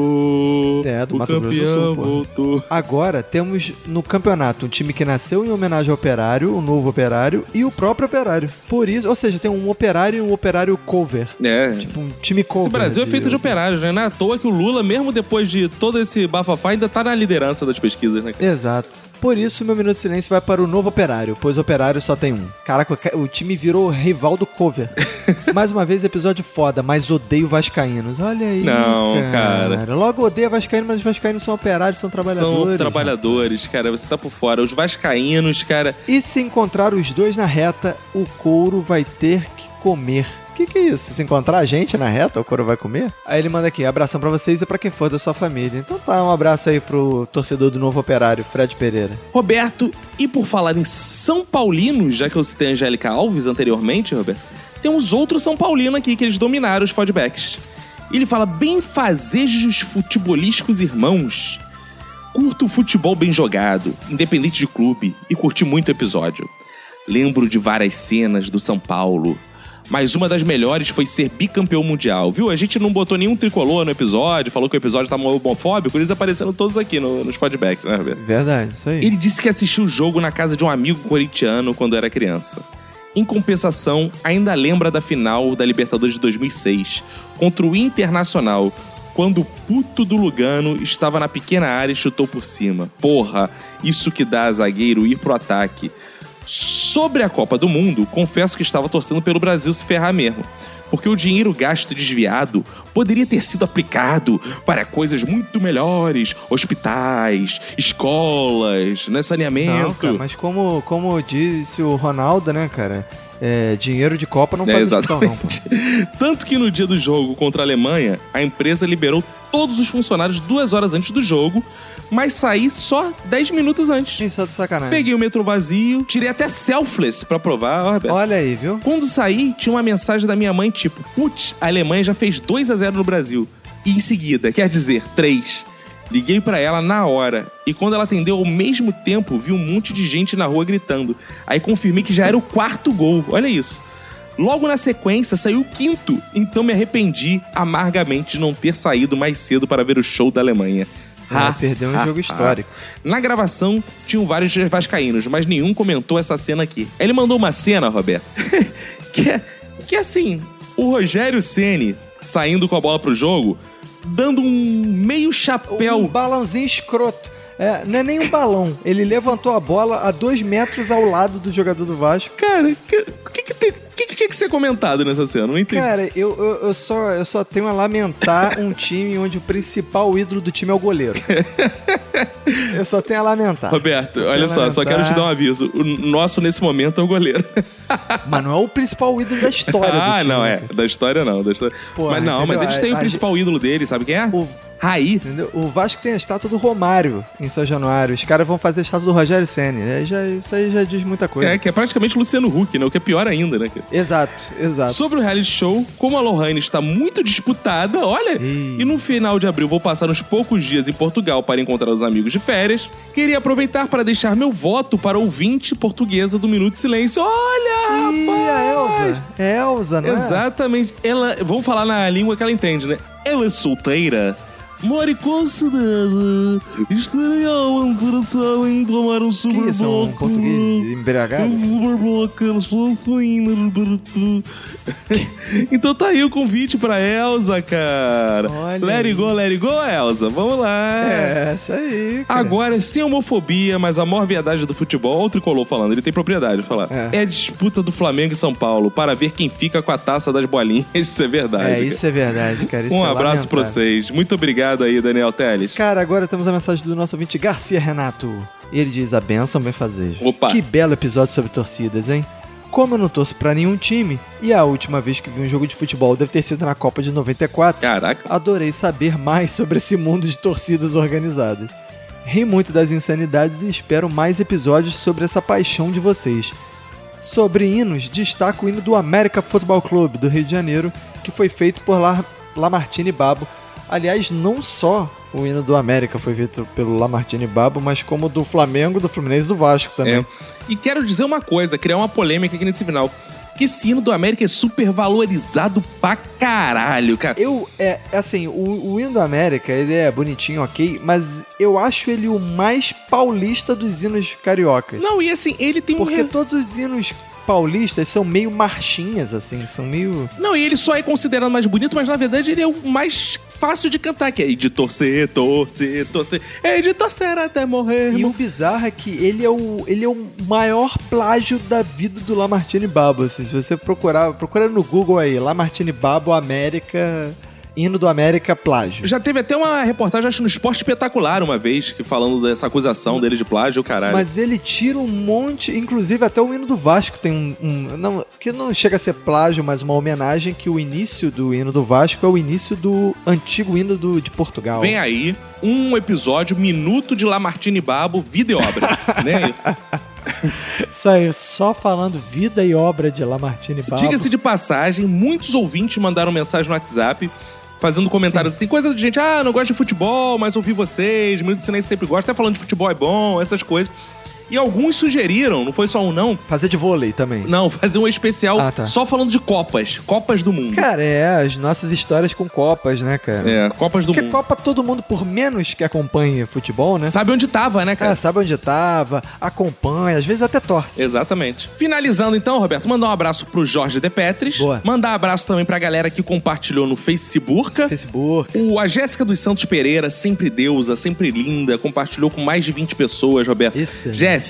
voltou. É, do o Mato Grosso do campeão Sul, pô. voltou. Agora temos no campeonato um time que nasceu em homenagem ao operário, o novo operário, e o próprio operário. Por isso, ou seja, tem um operário e um operário cover. É. Tipo, um time cover. Esse Brasil é de- feito de operários, né? Não é à toa que o Lula, mesmo depois de todo esse bafafá, ainda tá na liderança das pesquisas, né? cara? Exato. Por isso, meu minuto de silêncio vai para o novo operário, pois o operário só tem um. Caraca, o ca- o time virou rival do cover. [LAUGHS] Mais uma vez, episódio foda, mas odeio Vascaínos. Olha aí. Não, cara. Logo odeio Vascaínos, mas Vascaínos são operários, são trabalhadores. né? São trabalhadores, cara. Você tá por fora. Os vascaínos, cara. E se encontrar os dois na reta, o couro vai ter que comer. O que, que é isso? Se encontrar a gente na reta, o couro vai comer? Aí ele manda aqui, abração pra vocês e pra quem for da sua família. Então tá, um abraço aí pro torcedor do Novo Operário, Fred Pereira. Roberto, e por falar em São Paulino, já que eu citei a Angélica Alves anteriormente, Roberto, temos outro São Paulino aqui que eles dominaram os feedbacks. Ele fala bem fazejos futebolísticos irmãos. Curto futebol bem jogado, independente de clube, e curti muito o episódio. Lembro de várias cenas do São Paulo. Mas uma das melhores foi ser bicampeão mundial, viu? A gente não botou nenhum tricolor no episódio, falou que o episódio tava homofóbico, eles apareceram todos aqui no, nos podbacks, né, Roberto? Verdade, isso aí. Ele disse que assistiu o jogo na casa de um amigo corintiano quando era criança. Em compensação, ainda lembra da final da Libertadores de 2006 contra o Internacional, quando o puto do Lugano estava na pequena área e chutou por cima. Porra, isso que dá a zagueiro ir pro ataque. Sobre a Copa do Mundo, confesso que estava torcendo pelo Brasil se ferrar mesmo. Porque o dinheiro gasto desviado poderia ter sido aplicado para coisas muito melhores: hospitais, escolas, né, saneamento. Não, cara, mas como, como disse o Ronaldo, né, cara? é, dinheiro de Copa não É, faz questão, não. exatamente. [LAUGHS] Tanto que no dia do jogo contra a Alemanha, a empresa liberou todos os funcionários duas horas antes do jogo, mas saí só 10 minutos antes. Isso é de sacanagem. Peguei o metrô vazio, tirei até selfless pra provar, ó, Roberto. Olha aí, viu? Quando saí, tinha uma mensagem da minha mãe tipo: putz, a Alemanha já fez 2 a 0 no Brasil. E em seguida, quer dizer, 3. Liguei pra ela na hora e quando ela atendeu ao mesmo tempo, vi um monte de gente na rua gritando. Aí confirmei que já era o quarto gol. Olha isso. Logo na sequência saiu o quinto, então me arrependi amargamente de não ter saído mais cedo para ver o show da Alemanha. Ah, perdeu um jogo histórico. Na gravação tinham vários vascaínos, mas nenhum comentou essa cena aqui. Ele mandou uma cena, Roberto, [LAUGHS] que é, que é assim, o Rogério Ceni saindo com a bola pro jogo, dando um meio chapéu. Um balãozinho escroto. É, não é nem um balão. Ele levantou a bola a dois metros ao lado do jogador do Vasco. Cara, o que, que, que tem- que que tinha que ser comentado nessa cena? Não entendi. Cara, eu, eu, eu só, eu só tenho a lamentar um time onde o principal ídolo do time é o [LAUGHS] goleiro. eu só tenho a lamentar. Roberto, olha só, só quero lamentar. te dar um aviso. O nosso, nesse momento, é o goleiro. Mas não é o principal ídolo da história do [LAUGHS] ah, time. não, né, é. Da história, não. Da história. Pô, mas não, entendeu? mas eles têm A- o a principal ídolo dele, sabe quem é? O... Raí. Entendeu? O Vasco tem a estátua do Romário em São Januário. Os caras vão fazer a estátua do Rogério Senna. É, já, isso aí já diz muita coisa. É, que é praticamente Luciano Huck, né? O que é pior ainda, né? cara? Exato, exato. Sobre o reality show, como a Lohane está muito disputada, olha, e no final de abril vou passar uns poucos dias em Portugal para encontrar os amigos de férias, queria aproveitar para deixar meu voto para a ouvinte portuguesa do Minuto de Silêncio. Olha, rapaz! É Elza, não é? Exatamente. Ela, vamos falar na língua que ela entende, né? Ela é solteira. More considerada. Estarei ao interessado um em tomar um super isso, é um português embriagado? Um super [LAUGHS] Então tá aí o convite pra Elsa, cara. Olha let it go, let it go, Elsa. Vamos lá. É, isso aí. cara. Agora, sem homofobia, mas a maior verdade do futebol, olha o tricolor falando, ele tem propriedade de falar. É. a disputa do Flamengo e São Paulo para ver quem fica com a taça das bolinhas. [LAUGHS] Isso é verdade. É, isso é verdade, cara. Isso Um é abraço pra lamentável. vocês. Muito obrigado aí, Daniel Teles. Cara, agora temos a mensagem do nosso ouvinte Garcia Renato. E ele diz: A benção bem fazer. Opa. Que belo episódio sobre torcidas, hein? Como eu não torço pra nenhum time, e a última vez que vi um jogo de futebol deve ter sido na Copa de 94. Caraca. Adorei saber mais sobre esse mundo de torcidas organizadas. Ri muito das insanidades e espero mais episódios sobre essa paixão de vocês. Sobre hinos, destaco o hino do América Futebol Clube do Rio de Janeiro, que foi feito por La- Lamartine Babo. Aliás, não só o hino do América foi feito pelo Lamartine Babo, mas como do Flamengo, do Fluminense e do Vasco também. É. E quero dizer uma coisa, criar uma polêmica aqui nesse final. Que esse hino do América é super valorizado pra caralho, cara. Eu, é, assim, o, o hino do América, ele é bonitinho, ok, mas eu acho ele o mais paulista dos hinos cariocas. Não, e assim, ele tem Porque um... re- todos os hinos paulistas são meio marchinhas, assim, são meio... Não, e ele só é considerado mais bonito, mas na verdade ele é o mais fácil de cantar, que é de torcer, torcer, torcer. É de torcer até morrer. E o bizarro é que ele é o, ele é o maior plágio da vida do Lamartine Babo. Assim, se você procurar, procura no Google aí, Lamartine Babo América, hino do América plágio. Já teve até uma reportagem, acho, no Esporte Espetacular uma vez, que falando dessa acusação dele de plágio, caralho. Mas ele tira um monte, inclusive até o hino do Vasco tem um, um- não, que não chega a ser plágio, mas uma homenagem que o início do hino do Vasco é o início do antigo hino do, de Portugal. Vem aí um episódio, minuto de Lamartine Babo, vida e obra. [LAUGHS] né? Isso aí, só falando vida e obra de Lamartine Babo. Diga-se de passagem, muitos ouvintes mandaram mensagem no WhatsApp fazendo comentários assim, coisa de gente, ah, não gosto de futebol, mas ouvi vocês, Minuto de Silêncio sempre gosta, até falando de futebol é bom, essas coisas. E alguns sugeriram, não foi só um não. [LAUGHS] Fazer de vôlei também. Não, fazer um especial Ah, tá. só falando de Copas, Copas do Mundo. Cara, é, as nossas histórias com Copas, né, cara? É, Copas do Porque Mundo. Copa todo mundo, por menos que acompanhe futebol, né? Sabe onde tava, né, cara? É, sabe onde tava, acompanha, às vezes até torce. Exatamente. Finalizando então, Roberto, mandar um abraço pro Jorge De Petris. Mandar abraço também pra galera que compartilhou no Facebook. Facebook. O, a Jéssica dos Santos Pereira, sempre deusa, sempre linda, compartilhou com mais de 20 pessoas, Roberto. Jéssica,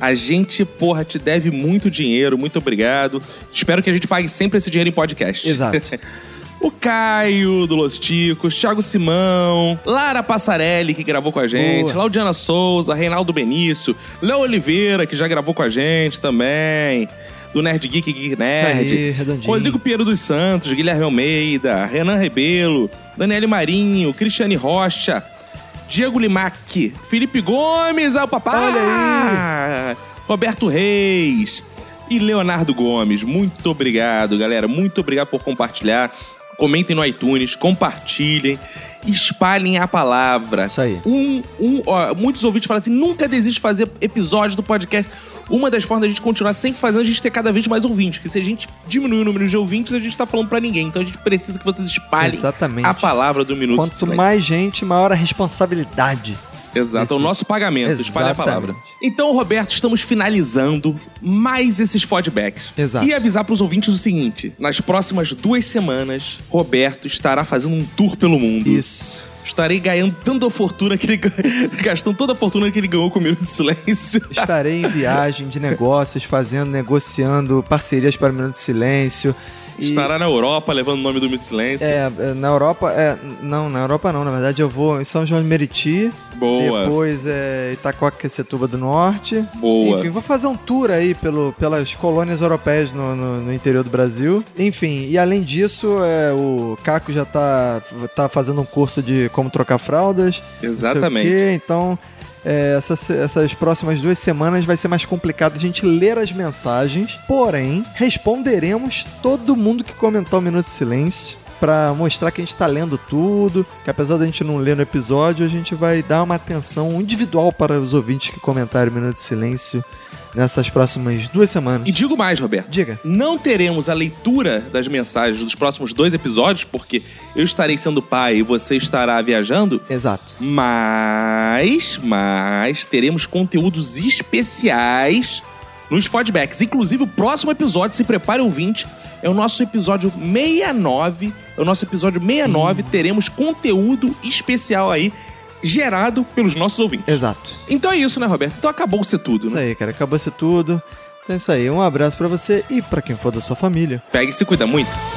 a gente, porra, te deve muito dinheiro, muito obrigado. Espero que a gente pague sempre esse dinheiro em podcast. Exato. [LAUGHS] O Caio do Los Ticos, Thiago Simão, Lara Passarelli, que gravou com a gente, Boa. Laudiana Souza, Reinaldo Benício, Léo Oliveira, que já gravou com a gente também, do Nerd Geek Geek Nerd, Isso aí, redondinho. Rodrigo Piero dos Santos, Guilherme Almeida, Renan Rebelo, Daniele Marinho, Cristiane Rocha, Diego Limac, Felipe Gomes, é o papai! Olha aí! Roberto Reis e Leonardo Gomes. Muito obrigado, galera. Muito obrigado por compartilhar. Comentem no iTunes, compartilhem, espalhem a palavra. Isso aí. Um, um, ó, muitos ouvintes falam assim: nunca desiste de fazer episódios do podcast. Uma das formas da gente continuar sempre fazendo é a gente ter cada vez mais ouvintes. Porque se a gente diminuir o número de ouvintes, a gente tá falando pra ninguém. Então a gente precisa que vocês espalhem Exatamente. a palavra do Minuto de Quanto Silêncio. mais gente, maior a responsabilidade. Exato, é o Esse- nosso pagamento, espalha a Exatamente. palavra. Então, Roberto, estamos finalizando mais esses feedbacks. Exato. E avisar pros ouvintes o seguinte: nas próximas duas semanas, Roberto estará fazendo um tour pelo mundo. Isso. Estarei ganhando tanta fortuna que ele gan- [LAUGHS] gastando toda a fortuna que ele ganhou com o Minuto de Silêncio. Estarei em viagem de negócios, fazendo, negociando parcerias para o Minuto de Silêncio. E, [LAUGHS] Estará na Europa levando o nome do Minuto de Silêncio. é, é, na Europa, é, não, na Europa não, na verdade eu vou em São João de Meriti. Boa. Depois é Itacoaquecetuba do Norte. Boa. Enfim, vou fazer um tour aí pelo, pelas colônias europeias no, no- no interior do Brasil. Enfim, e além disso, é, o Caco já tá, tá fazendo um curso de como trocar fraldas. não sei o Exatamente. quê. Então, é, essa se- essas próximas duas semanas vai ser mais complicado a gente ler as mensagens. Porém, responderemos todo mundo que comentar o Minuto de Silêncio. Pra mostrar que a gente tá lendo tudo, que apesar da gente não ler no episódio, a gente vai dar uma atenção individual para os ouvintes que comentaram o Minuto de Silêncio nessas próximas duas semanas. E digo mais, Roberto. Diga. Não teremos a leitura das mensagens dos próximos dois episódios, porque eu estarei sendo pai e você estará viajando. Exato. Mas, mas, teremos conteúdos especiais nos feedbacks. Inclusive, o próximo episódio, se prepare ouvinte, é o nosso episódio 69. É o nosso episódio 69. Hum. Teremos conteúdo especial aí, gerado pelos nossos ouvintes. Exato. Então é isso, né, Roberto? Então acabou ser tudo, Isso né? aí, cara, acabou-se tudo. Então é isso aí, um abraço pra você e pra quem for da sua família. Pega e se cuida muito.